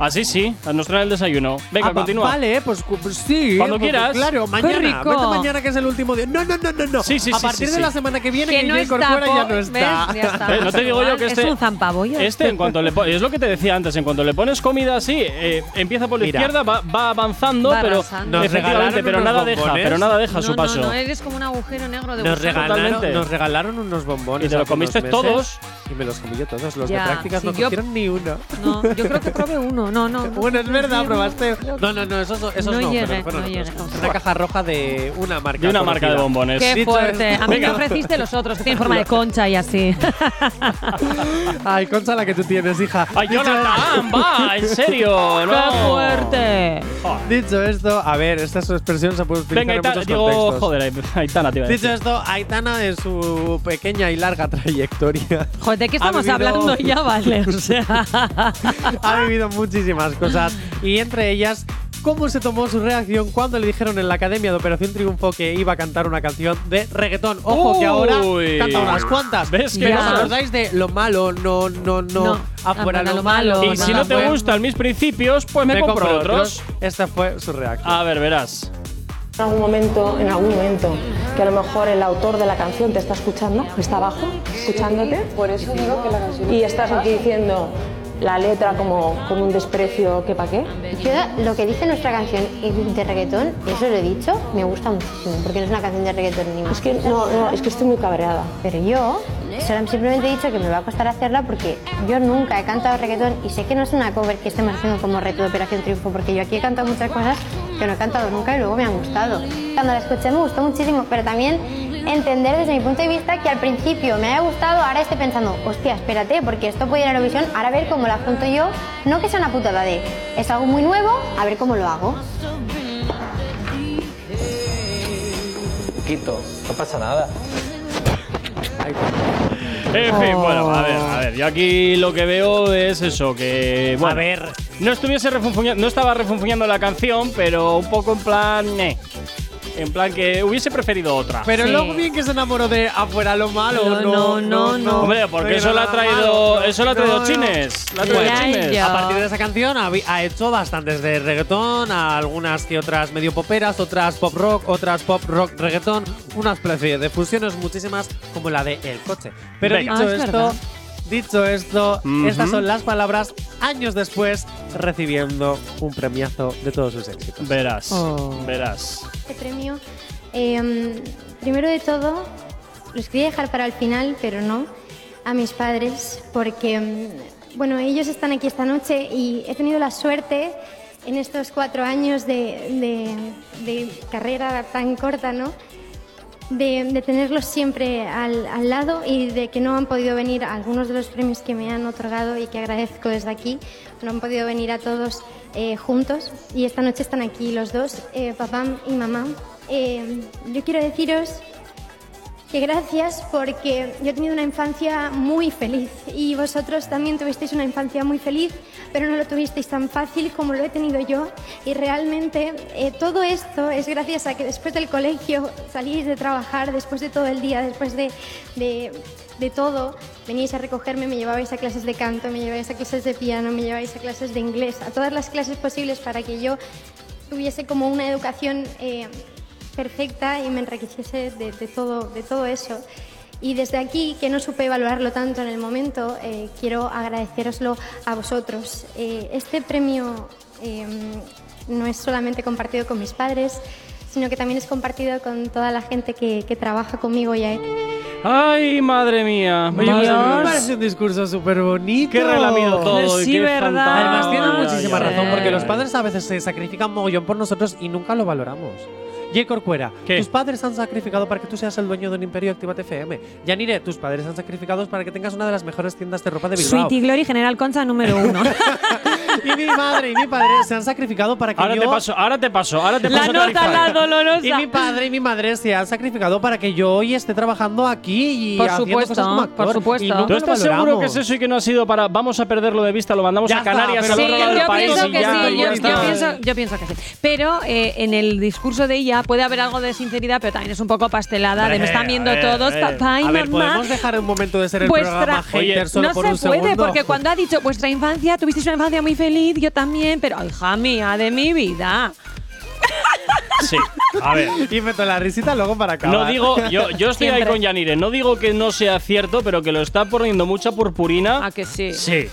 Speaker 3: Así sí, nos traen el desayuno. Venga,
Speaker 4: Ah, va-
Speaker 3: continúa.
Speaker 4: Vale, pues, cu- pues sí.
Speaker 3: Cuando
Speaker 4: pues,
Speaker 3: quieras.
Speaker 4: Claro,
Speaker 3: Qué
Speaker 4: mañana.
Speaker 3: rico.
Speaker 4: Vete mañana que es el último día. No, no, no, no, no.
Speaker 3: Sí, sí,
Speaker 4: A
Speaker 3: sí,
Speaker 4: partir
Speaker 3: sí,
Speaker 4: de
Speaker 3: sí.
Speaker 4: la semana que viene,
Speaker 5: Que
Speaker 4: que
Speaker 5: no
Speaker 4: Guille
Speaker 5: está,
Speaker 4: Corcuera ya no
Speaker 5: po-
Speaker 4: está.
Speaker 5: ¿ves? Ya está.
Speaker 3: Eh, no te digo yo que
Speaker 5: Es
Speaker 3: este.
Speaker 5: un zampabollas.
Speaker 3: Este, en cuanto le po- Es lo que te decía antes, en cuanto le pones comida así, eh, empieza por la
Speaker 4: Mira.
Speaker 3: izquierda, va, va avanzando,
Speaker 5: Va
Speaker 3: pero.
Speaker 5: avanzando. Nos
Speaker 3: Efectivamente,
Speaker 4: regalaron
Speaker 3: pero
Speaker 4: unos
Speaker 3: nada deja,
Speaker 4: bombones.
Speaker 3: pero nada deja
Speaker 5: no,
Speaker 3: su paso.
Speaker 5: No, no, eres como un agujero negro de
Speaker 4: Nos
Speaker 5: gusano.
Speaker 4: regalaron,
Speaker 3: Totalmente.
Speaker 4: nos regalaron unos bombones.
Speaker 3: Y te lo
Speaker 4: hace unos
Speaker 3: comiste
Speaker 4: meses,
Speaker 3: todos.
Speaker 4: Y me los comí yo todos. Los
Speaker 5: Ya,
Speaker 4: de prácticas
Speaker 5: sí,
Speaker 4: no
Speaker 5: yo-
Speaker 4: cogieron ni uno.
Speaker 5: No, yo creo que probé uno. No, no. no.
Speaker 4: Bueno, es verdad,
Speaker 5: no,
Speaker 4: probaste. No, no, no, esos, no- esos
Speaker 5: No
Speaker 4: no.
Speaker 5: llegué,
Speaker 4: pero fueron
Speaker 5: no
Speaker 4: otros.
Speaker 5: llegué.
Speaker 4: Una caja roja de una marca.
Speaker 3: De una marca de
Speaker 4: conocida.
Speaker 3: bombones.
Speaker 5: Qué
Speaker 4: Dicho
Speaker 5: fuerte.
Speaker 4: esto-
Speaker 5: A mí me ofreciste los otros, que tienen forma de concha y así.
Speaker 4: Ay, concha la que tú tienes, hija.
Speaker 3: ¡Ay,
Speaker 4: Dicho-
Speaker 3: Jonathan! ¡Va! ¡En serio! ¡No!
Speaker 5: "Ah, ¡Qué fuerte!
Speaker 4: Dicho esto, a ver, esta expresión se puede utilizar
Speaker 3: Venga,
Speaker 4: en
Speaker 3: Aitana,
Speaker 4: muchos
Speaker 3: digo,
Speaker 4: contextos.
Speaker 3: joder, Aitana te iba a decir.
Speaker 4: Dicho esto, Aitana en su pequeña y larga trayectoria.
Speaker 5: Joder, ¿de qué
Speaker 4: Ha
Speaker 5: estamos
Speaker 4: vivido-
Speaker 5: hablando ya, vale? O sea,
Speaker 4: ha vivido muchísimas cosas y entre ellas cómo se tomó su reacción cuando le dijeron en la Academia de Operación Triunfo que iba a cantar una canción de reggaetón. Ojo que ahora
Speaker 3: Uy.
Speaker 4: canta unas cuantas.
Speaker 3: ¿Ves qué
Speaker 4: Pero os
Speaker 3: cosas?
Speaker 4: acordáis de lo malo, no, no, no,
Speaker 5: No,
Speaker 4: afuera
Speaker 5: afuera
Speaker 4: lo
Speaker 5: lo
Speaker 4: malo.
Speaker 5: malo,
Speaker 3: Y si no te gustan mis principios, pues me, compro, otros.
Speaker 4: Esta fue su reacción.
Speaker 3: A ver, verás.
Speaker 16: En algún momento, en algún momento, que a lo mejor el autor de la canción te está escuchando, está abajo, escuchándote. Por eso digo que la canción. Y estás aquí diciendo la letra como con un desprecio que pa' qué.
Speaker 17: Yo lo que dice nuestra canción de reggaetón, eso lo he dicho, me gusta muchísimo, porque no es una canción de reggaetón ni más.
Speaker 16: Es que no, no, es que estoy muy cabreada.
Speaker 17: Pero yo solo- simplemente he dicho que me va a costar hacerla porque yo nunca he cantado reggaetón y sé que no es una cover que este estemos haciendo como reto de Operación Triunfo, porque yo aquí he cantado muchas cosas que no he cantado nunca y luego me han gustado. Cuando la escuché me gustó muchísimo, pero también entender desde mi punto de vista que al principio me haya gustado, ahora esté pensando, hostia, espérate, porque esto puede ir a Eurovisión, ahora a ver cómo la junto yo, no que sea una putada de, es algo muy nuevo, a ver cómo lo hago.
Speaker 14: Quito, no pasa nada.
Speaker 3: En fin, bueno, a ver, a ver. Yo aquí lo que veo es eso, que. Bueno,
Speaker 4: A ver.
Speaker 3: No estuviese refunfuñando, no estaba refunfuñando la canción, pero un poco en plan. eh. En plan que hubiese preferido otra.
Speaker 4: Pero luego bien que se enamoró de afuera lo malo.
Speaker 3: no,
Speaker 4: No,
Speaker 3: no, no. Hombre, porque
Speaker 4: Pero
Speaker 3: eso lo ha
Speaker 4: nada
Speaker 3: traído-
Speaker 4: malo.
Speaker 3: eso lo ha traído Chines, lo ha traído Mira Chines. yo.
Speaker 4: A partir de esa canción ha, vi- ha hecho bastantes de reggaetón, a algunas que otras medio poperas, otras pop rock, otras pop rock reggaetón, unas especies de fusiones muchísimas como la de El Coche. Pero
Speaker 3: Venga. Ah,
Speaker 4: dicho
Speaker 3: es
Speaker 4: esto,
Speaker 3: verdad.
Speaker 4: dicho esto,
Speaker 3: Ujú.
Speaker 4: estas son las palabras años después recibiendo un premiazo de todos sus éxitos.
Speaker 3: Verás,
Speaker 4: Oh.
Speaker 3: verás.
Speaker 17: Este premio, eh, primero de todo, los quería dejar para el final, pero no, a mis padres, porque, mm, bueno, ellos están aquí esta noche y he tenido la suerte en estos cuatro años de, de- de carrera tan corta, ¿no? De, de tenerlos siempre al, al lado y de que no han podido venir a algunos de los premios que me han otorgado y que agradezco desde aquí, no han podido venir a todos eh, juntos y esta noche están aquí los dos, eh, papá y mamá. Eh, yo quiero deciros que gracias porque yo he tenido una infancia muy feliz y vosotros también tuvisteis una infancia muy feliz, pero no lo tuvisteis tan fácil como lo he tenido yo. Y realmente eh, todo esto es gracias a que después del colegio salíais de trabajar, después de todo el día, después de, de- de todo, veníais a recogerme, me llevabais a clases de canto, me llevabais a clases de piano, me llevabais a clases de inglés, a todas las clases posibles para que yo tuviese como una educación... eh, perfecta y me enriqueciese de, de todo, de todo eso. Y desde aquí, que no supe valorarlo tanto en el momento, eh, quiero agradeceroslo a vosotros. Eh, este premio eh, no es solamente compartido con mis padres, sino que también es compartido con toda la gente que, que trabaja conmigo y ha
Speaker 3: Ay, madre mía. Oye, pues,
Speaker 4: me parece un discurso súper bonito.
Speaker 3: Qué relamido todo y Sí, qué ¿verdad? fantasma.
Speaker 4: Además, tiene
Speaker 3: Ay,
Speaker 4: muchísima
Speaker 3: ay,
Speaker 4: razón,
Speaker 3: ay.
Speaker 4: porque los padres a veces se sacrifican mogollón por nosotros y nunca lo valoramos. J. Corcuera, tus padres han sacrificado para que tú seas el dueño de un imperio Actívate FM. Yanire, tus padres han sacrificado para que tengas una de las mejores tiendas de ropa de Bilbao.
Speaker 5: Sweetie Glory General Concha número uno.
Speaker 4: y mi madre y mi padre se han sacrificado para que
Speaker 3: Ahora
Speaker 4: yo
Speaker 3: te paso, ahora te paso, ahora te paso. otra vez.
Speaker 5: dolorosa.
Speaker 4: Y mi padre y mi madre se han sacrificado para que yo hoy esté trabajando aquí y
Speaker 3: Por
Speaker 4: haciendo
Speaker 3: supuesto,
Speaker 4: cosas como actor,
Speaker 3: por
Speaker 4: y nunca
Speaker 3: ¿Tú
Speaker 4: lo
Speaker 3: estás seguro que
Speaker 4: valoramos.
Speaker 3: es eso y que no ha sido para vamos a perderlo de vista, lo mandamos
Speaker 4: Ya
Speaker 3: a
Speaker 4: está,
Speaker 3: Canarias,
Speaker 4: pero
Speaker 3: al otro
Speaker 4: sí,
Speaker 3: lado del
Speaker 4: yo
Speaker 3: país
Speaker 5: pienso
Speaker 3: y
Speaker 5: que
Speaker 3: ya,
Speaker 5: sí,
Speaker 3: y
Speaker 5: yo,
Speaker 3: ya está.
Speaker 5: yo pienso, yo pienso que sí. Pero eh, en el discurso de ella puede haber algo de sinceridad, pero también es un poco pastelada, de me están viendo
Speaker 4: Eh, a ver,
Speaker 5: todos,
Speaker 4: a ver.
Speaker 5: papá y
Speaker 4: A ver,
Speaker 5: mamá.
Speaker 4: ¿podemos dejar un momento de ser el
Speaker 5: vuestra-
Speaker 4: programa hater solo
Speaker 5: no
Speaker 4: por
Speaker 5: se
Speaker 4: un
Speaker 5: puede,
Speaker 4: segundo?
Speaker 5: porque cuando ha dicho vuestra infancia, tuvisteis una infancia muy feliz, yo también, pero hija mía de mi vida.
Speaker 3: Sí, a ver.
Speaker 4: Y meto la risita luego para acabar.
Speaker 3: No digo, yo, yo estoy ahí con Yanire, no digo que no sea cierto, pero que lo está poniendo mucha purpurina.
Speaker 5: ¿A Ah, que sí?
Speaker 3: Sí.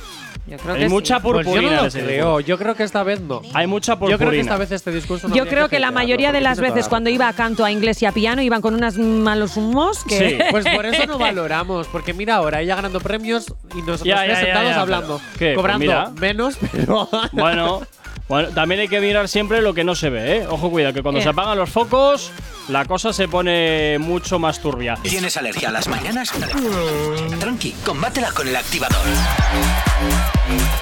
Speaker 5: Yo
Speaker 4: Ah, creo
Speaker 3: Hay
Speaker 4: que sí.
Speaker 3: mucha
Speaker 4: Pues yo no
Speaker 3: purpurina.
Speaker 4: lo
Speaker 3: en ese
Speaker 4: creo,
Speaker 3: discurso.
Speaker 4: yo creo que esta vez no.
Speaker 3: Hay mucha purpurina.
Speaker 4: Yo creo que esta vez este discurso no
Speaker 5: Yo
Speaker 4: habría
Speaker 5: creo que la
Speaker 4: hatearlo,
Speaker 5: mayoría de
Speaker 4: porque
Speaker 5: las
Speaker 4: tiene
Speaker 5: veces
Speaker 4: toda la
Speaker 5: cuando iba a canto a inglés y a piano iban con unos malos humos que...
Speaker 4: Sí, pues por eso no valoramos, porque mira ahora, ella ganando premios y nosotros
Speaker 3: Ya,
Speaker 4: tres
Speaker 3: ya, ya,
Speaker 4: sentados
Speaker 3: ya,
Speaker 4: hablando,
Speaker 3: pero- ¿qué? Pues
Speaker 4: cobrando
Speaker 3: mira.
Speaker 4: menos, pero
Speaker 3: Bueno, bueno, también hay que mirar siempre lo que no se ve, ¿eh? Ojo, cuidado, que cuando
Speaker 2: Eh.
Speaker 3: se apagan los focos, la cosa se pone mucho más turbia.
Speaker 2: ¿Tienes alergia a las mañanas? Tranqui, combátela con el activador.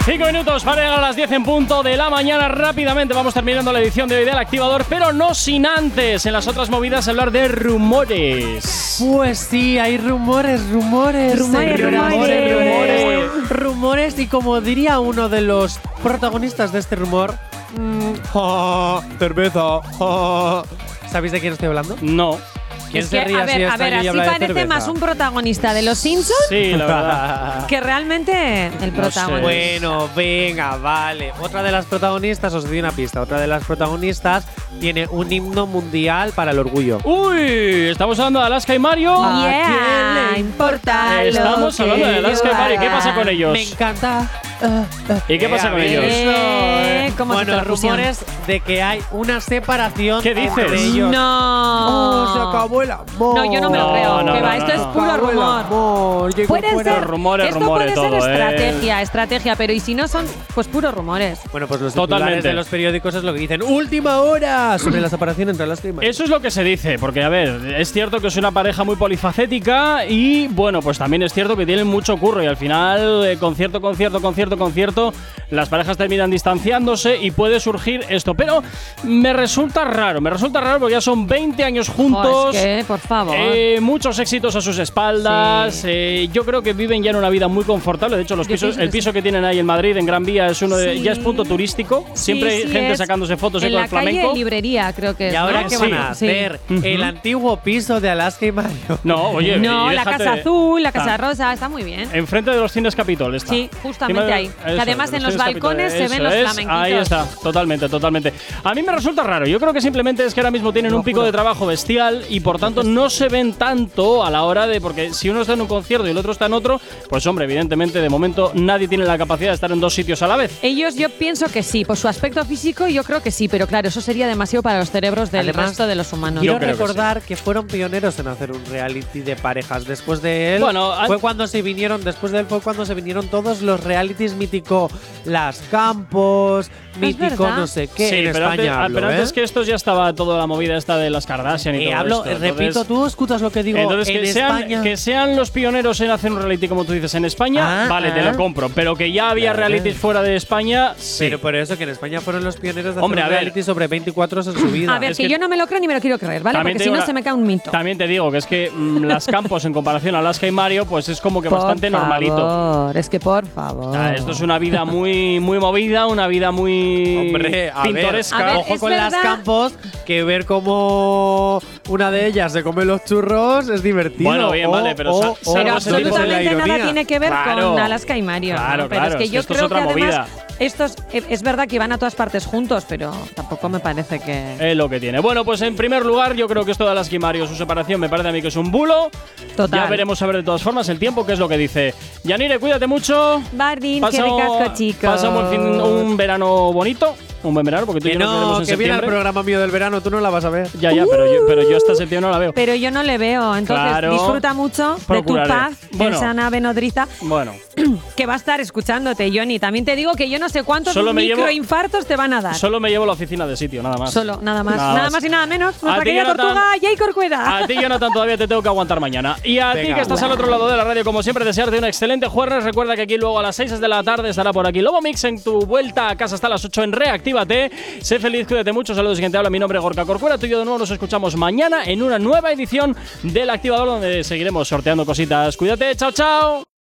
Speaker 3: Cinco minutos para llegar a las 10 en punto de la mañana. Rápidamente vamos terminando la edición de hoy del Activador, pero no sin antes, en las otras movidas, hablar de rumores.
Speaker 4: Pues sí, hay rumores, rumores,
Speaker 3: Rumores,
Speaker 4: señoras,
Speaker 3: rumores.
Speaker 4: rumores, rumores, y como diría uno de los protagonistas de este rumor, mm, ja, cerveza. ja. ¿Sabéis de quién estoy hablando?
Speaker 3: No.
Speaker 4: ¿Quién
Speaker 5: Es
Speaker 4: se
Speaker 5: que,
Speaker 4: ríe
Speaker 5: a
Speaker 4: así
Speaker 5: ver, a
Speaker 4: hasta
Speaker 5: ver,
Speaker 4: allí
Speaker 5: así
Speaker 4: y habla de
Speaker 5: parece
Speaker 4: cerveza?
Speaker 5: más un protagonista de los Simpsons
Speaker 3: Sí, la verdad.
Speaker 5: que realmente el protagonista.
Speaker 4: Bueno, venga, vale. Otra de las protagonistas, os doy una pista, otra de las protagonistas tiene un himno mundial para el orgullo.
Speaker 3: Uy, estamos hablando de Alaska y Mario.
Speaker 5: Oh, Yeah, importa lo
Speaker 3: Estamos
Speaker 5: que
Speaker 3: hablando de Alaska y
Speaker 5: yo
Speaker 3: Mario. ¿Qué pasa con
Speaker 5: haga?
Speaker 3: ellos?
Speaker 4: Me encanta.
Speaker 3: ¿Y qué pasa con
Speaker 4: Eh,
Speaker 3: ellos?
Speaker 4: eh,
Speaker 5: ¿cómo se
Speaker 4: bueno,
Speaker 5: te la pusieron?
Speaker 4: rumores de que hay una separación
Speaker 3: ¿Qué dices?
Speaker 4: entre ellos.
Speaker 5: No.
Speaker 4: Oh, se acabó el amor.
Speaker 5: Ah. No, yo no me lo
Speaker 3: No,
Speaker 5: creo.
Speaker 3: no,
Speaker 5: que va,
Speaker 3: no,
Speaker 5: esto
Speaker 3: no.
Speaker 5: es puro
Speaker 4: Acabó el
Speaker 5: rumor.
Speaker 4: amor, llegó
Speaker 5: Puede
Speaker 4: fuera.
Speaker 5: ser.
Speaker 3: rumores,
Speaker 5: esto
Speaker 3: rumores
Speaker 5: puede ser
Speaker 3: todo, ¿eh?
Speaker 5: estrategia, estrategia, pero y si no son, pues puros rumores.
Speaker 4: Bueno, pues los
Speaker 3: Totalmente.
Speaker 4: titulares de los periódicos es lo que dicen. Última hora sobre la separación entre las primas.
Speaker 3: Eso es lo que se dice, porque a ver, es cierto que es una pareja muy polifacética y bueno, pues también es cierto que tienen mucho curro y al final, eh, concierto, concierto, concierto, concierto, las parejas terminan distanciándose, juntándose y puede surgir esto. Pero me resulta raro, me resulta raro porque ya son 20 años juntos.
Speaker 5: Oh, es que, por favor.
Speaker 3: eh, muchos éxitos a sus espaldas. eh, yo creo que viven ya en una vida muy confortable. De hecho, los
Speaker 5: Yo
Speaker 3: pisos,
Speaker 5: pienso
Speaker 3: el
Speaker 5: que
Speaker 3: piso que tienen ahí en Madrid, en Gran Vía, es uno de,
Speaker 5: Sí.
Speaker 3: ya es punto turístico. Siempre hay
Speaker 5: Sí, sí,
Speaker 3: gente
Speaker 5: es
Speaker 3: sacándose fotos ahí
Speaker 5: en
Speaker 3: con
Speaker 5: la
Speaker 3: el flamenco.
Speaker 5: calle librería, creo que es.
Speaker 4: ¿Y ahora
Speaker 5: ¿no?
Speaker 4: qué van a
Speaker 5: Sí.
Speaker 4: hacer? El antiguo piso de Alaska y Mario.
Speaker 3: No, oye.
Speaker 5: No,
Speaker 3: y
Speaker 5: la
Speaker 3: déjate-
Speaker 5: Casa Azul, la Casa
Speaker 3: Ah.
Speaker 5: Rosa, está muy bien.
Speaker 3: Enfrente de los cines Capitol está.
Speaker 5: Sí, justamente
Speaker 3: Encima de-
Speaker 5: ahí. Que
Speaker 3: eso,
Speaker 5: además
Speaker 3: de
Speaker 5: en los
Speaker 3: cines Capitol,
Speaker 5: balcones se ven
Speaker 3: eso
Speaker 5: los
Speaker 3: es,
Speaker 5: flamenquitos.
Speaker 3: Ahí está, totalmente, totalmente. A mí me resulta raro. Yo creo que simplemente es que ahora mismo tienen un pico de trabajo bestial y por tanto no se ven tanto a la hora de. Porque si uno está en un concierto y el otro está en otro, pues hombre, evidentemente de momento nadie tiene la capacidad de estar en dos sitios a la vez.
Speaker 5: Ellos yo pienso que sí, por su aspecto físico yo creo que sí, pero claro, eso sería demasiado para los cerebros del
Speaker 4: Además,
Speaker 5: resto de los humanos.
Speaker 4: Quiero recordar que, fueron pioneros en hacer un reality de parejas. Después de él,
Speaker 5: Bueno, an-
Speaker 4: fue cuando se vinieron, después de él fue cuando se vinieron todos los realities mítico Las Campos, mítico no sé qué.
Speaker 3: Sí,
Speaker 4: en
Speaker 3: pero,
Speaker 4: España
Speaker 3: antes, ah,
Speaker 4: hablo,
Speaker 3: pero
Speaker 4: ¿eh?
Speaker 3: antes que esto ya estaba toda la movida esta de las Kardashian y
Speaker 4: Eh,
Speaker 3: todo
Speaker 4: hablo,
Speaker 3: esto. Entonces-
Speaker 4: repito, tú escuchas lo que digo.
Speaker 3: Entonces,
Speaker 4: en
Speaker 3: que sean,
Speaker 4: España.
Speaker 3: que sean los pioneros en hacer un reality, como tú dices, en España,
Speaker 4: Ah,
Speaker 3: vale, te
Speaker 4: ah.
Speaker 3: lo compro. Pero que ya había
Speaker 4: Claro.
Speaker 3: realities fuera de España, sí.
Speaker 4: Pero por eso que en España fueron los pioneros de
Speaker 3: Hombre,
Speaker 4: hacer
Speaker 3: a
Speaker 4: un
Speaker 3: ver.
Speaker 4: reality sobre 24 horas en su vida.
Speaker 5: A ver, que, yo no me lo creo ni me lo quiero creer, ¿vale?
Speaker 3: También
Speaker 5: Porque
Speaker 3: te
Speaker 5: si
Speaker 3: digo
Speaker 5: no
Speaker 3: una-
Speaker 5: se me cae un mito.
Speaker 3: También te digo que es que mm, las campos en comparación a Alaska y Mario, pues es como que
Speaker 5: Por
Speaker 3: bastante normalito.
Speaker 5: favor, es que por favor.
Speaker 3: O sea, esto es una vida muy, muy movida, una vida muy
Speaker 4: Hombre, a ver,
Speaker 3: pintoresca.
Speaker 4: ojo con las campos, que ver cómo una de ellas se come los churros es divertido.
Speaker 3: Bueno, bien,
Speaker 4: O-
Speaker 3: vale, pero
Speaker 4: o-
Speaker 3: sa-
Speaker 4: o-
Speaker 5: Pero
Speaker 4: o se dice la
Speaker 5: absolutamente nada
Speaker 4: ironía.
Speaker 5: tiene que ver
Speaker 4: Claro.
Speaker 5: con Alaska y Mario. ¿no?
Speaker 4: Claro,
Speaker 5: Pero
Speaker 4: claro,
Speaker 5: es que
Speaker 4: es
Speaker 5: yo
Speaker 4: que esto es
Speaker 5: creo
Speaker 4: otra
Speaker 5: que además
Speaker 3: movida.
Speaker 5: estos eh, es verdad que van a todas partes juntos, pero tampoco me parece que
Speaker 3: Es lo que tiene. Bueno, pues en primer lugar, yo creo que esto de Alaska y Mario, su separación, me parece a mí que es un bulo.
Speaker 5: Total.
Speaker 3: Ya veremos a ver de todas formas el tiempo, que es lo que dice. Yanire, cuídate mucho.
Speaker 5: Bardín, qué
Speaker 3: Pasa
Speaker 5: ricasco,
Speaker 3: un-
Speaker 5: chicos.
Speaker 3: Pasa un, buen fin- un verano bonito. Un buen verano, porque tú y
Speaker 4: Que
Speaker 3: yo nos veremos
Speaker 4: no,
Speaker 3: en
Speaker 4: que viene el
Speaker 3: septiembre.
Speaker 4: programa mío del verano, tú no la vas a ver.
Speaker 3: Ya, ya, pero yo, pero yo
Speaker 5: Uh.
Speaker 3: hasta septiembre no la veo.
Speaker 5: Pero yo no le veo, entonces
Speaker 3: Claro.
Speaker 5: disfruta mucho
Speaker 3: Procuraré.
Speaker 5: de tu paz
Speaker 3: Bueno.
Speaker 5: esa nave nodriza
Speaker 3: Bueno,
Speaker 5: que va a estar escuchándote, Johnny. También te digo que yo no sé cuántos
Speaker 3: Solo me llevo-
Speaker 5: microinfartos te van a dar.
Speaker 3: solo me llevo la oficina de sitio, nada más. Ah,
Speaker 5: Solo, nada más. Nada, más y nada menos.
Speaker 3: A
Speaker 5: Nuestra
Speaker 3: ti,
Speaker 5: querida
Speaker 3: Jonathan.
Speaker 5: tortuga, Jay Corcueda.
Speaker 3: A ti, Jonathan, todavía te tengo que aguantar mañana. Y a ti
Speaker 4: Venga.
Speaker 3: que estás al otro lado de la radio, como siempre, desearte un excelente jueves. Recuerda que aquí luego a las 6 de la tarde estará por aquí Lobo Mix en tu vuelta a casa hasta las 8 en Reactívate. Sé feliz, cuídate mucho. Saludos, gente. Habla mi nombre, es Gorka Corcuera. Tú y yo de nuevo nos escuchamos mañana en una nueva edición del Activador donde seguiremos sorteando cositas. Cuídate, chao, chao.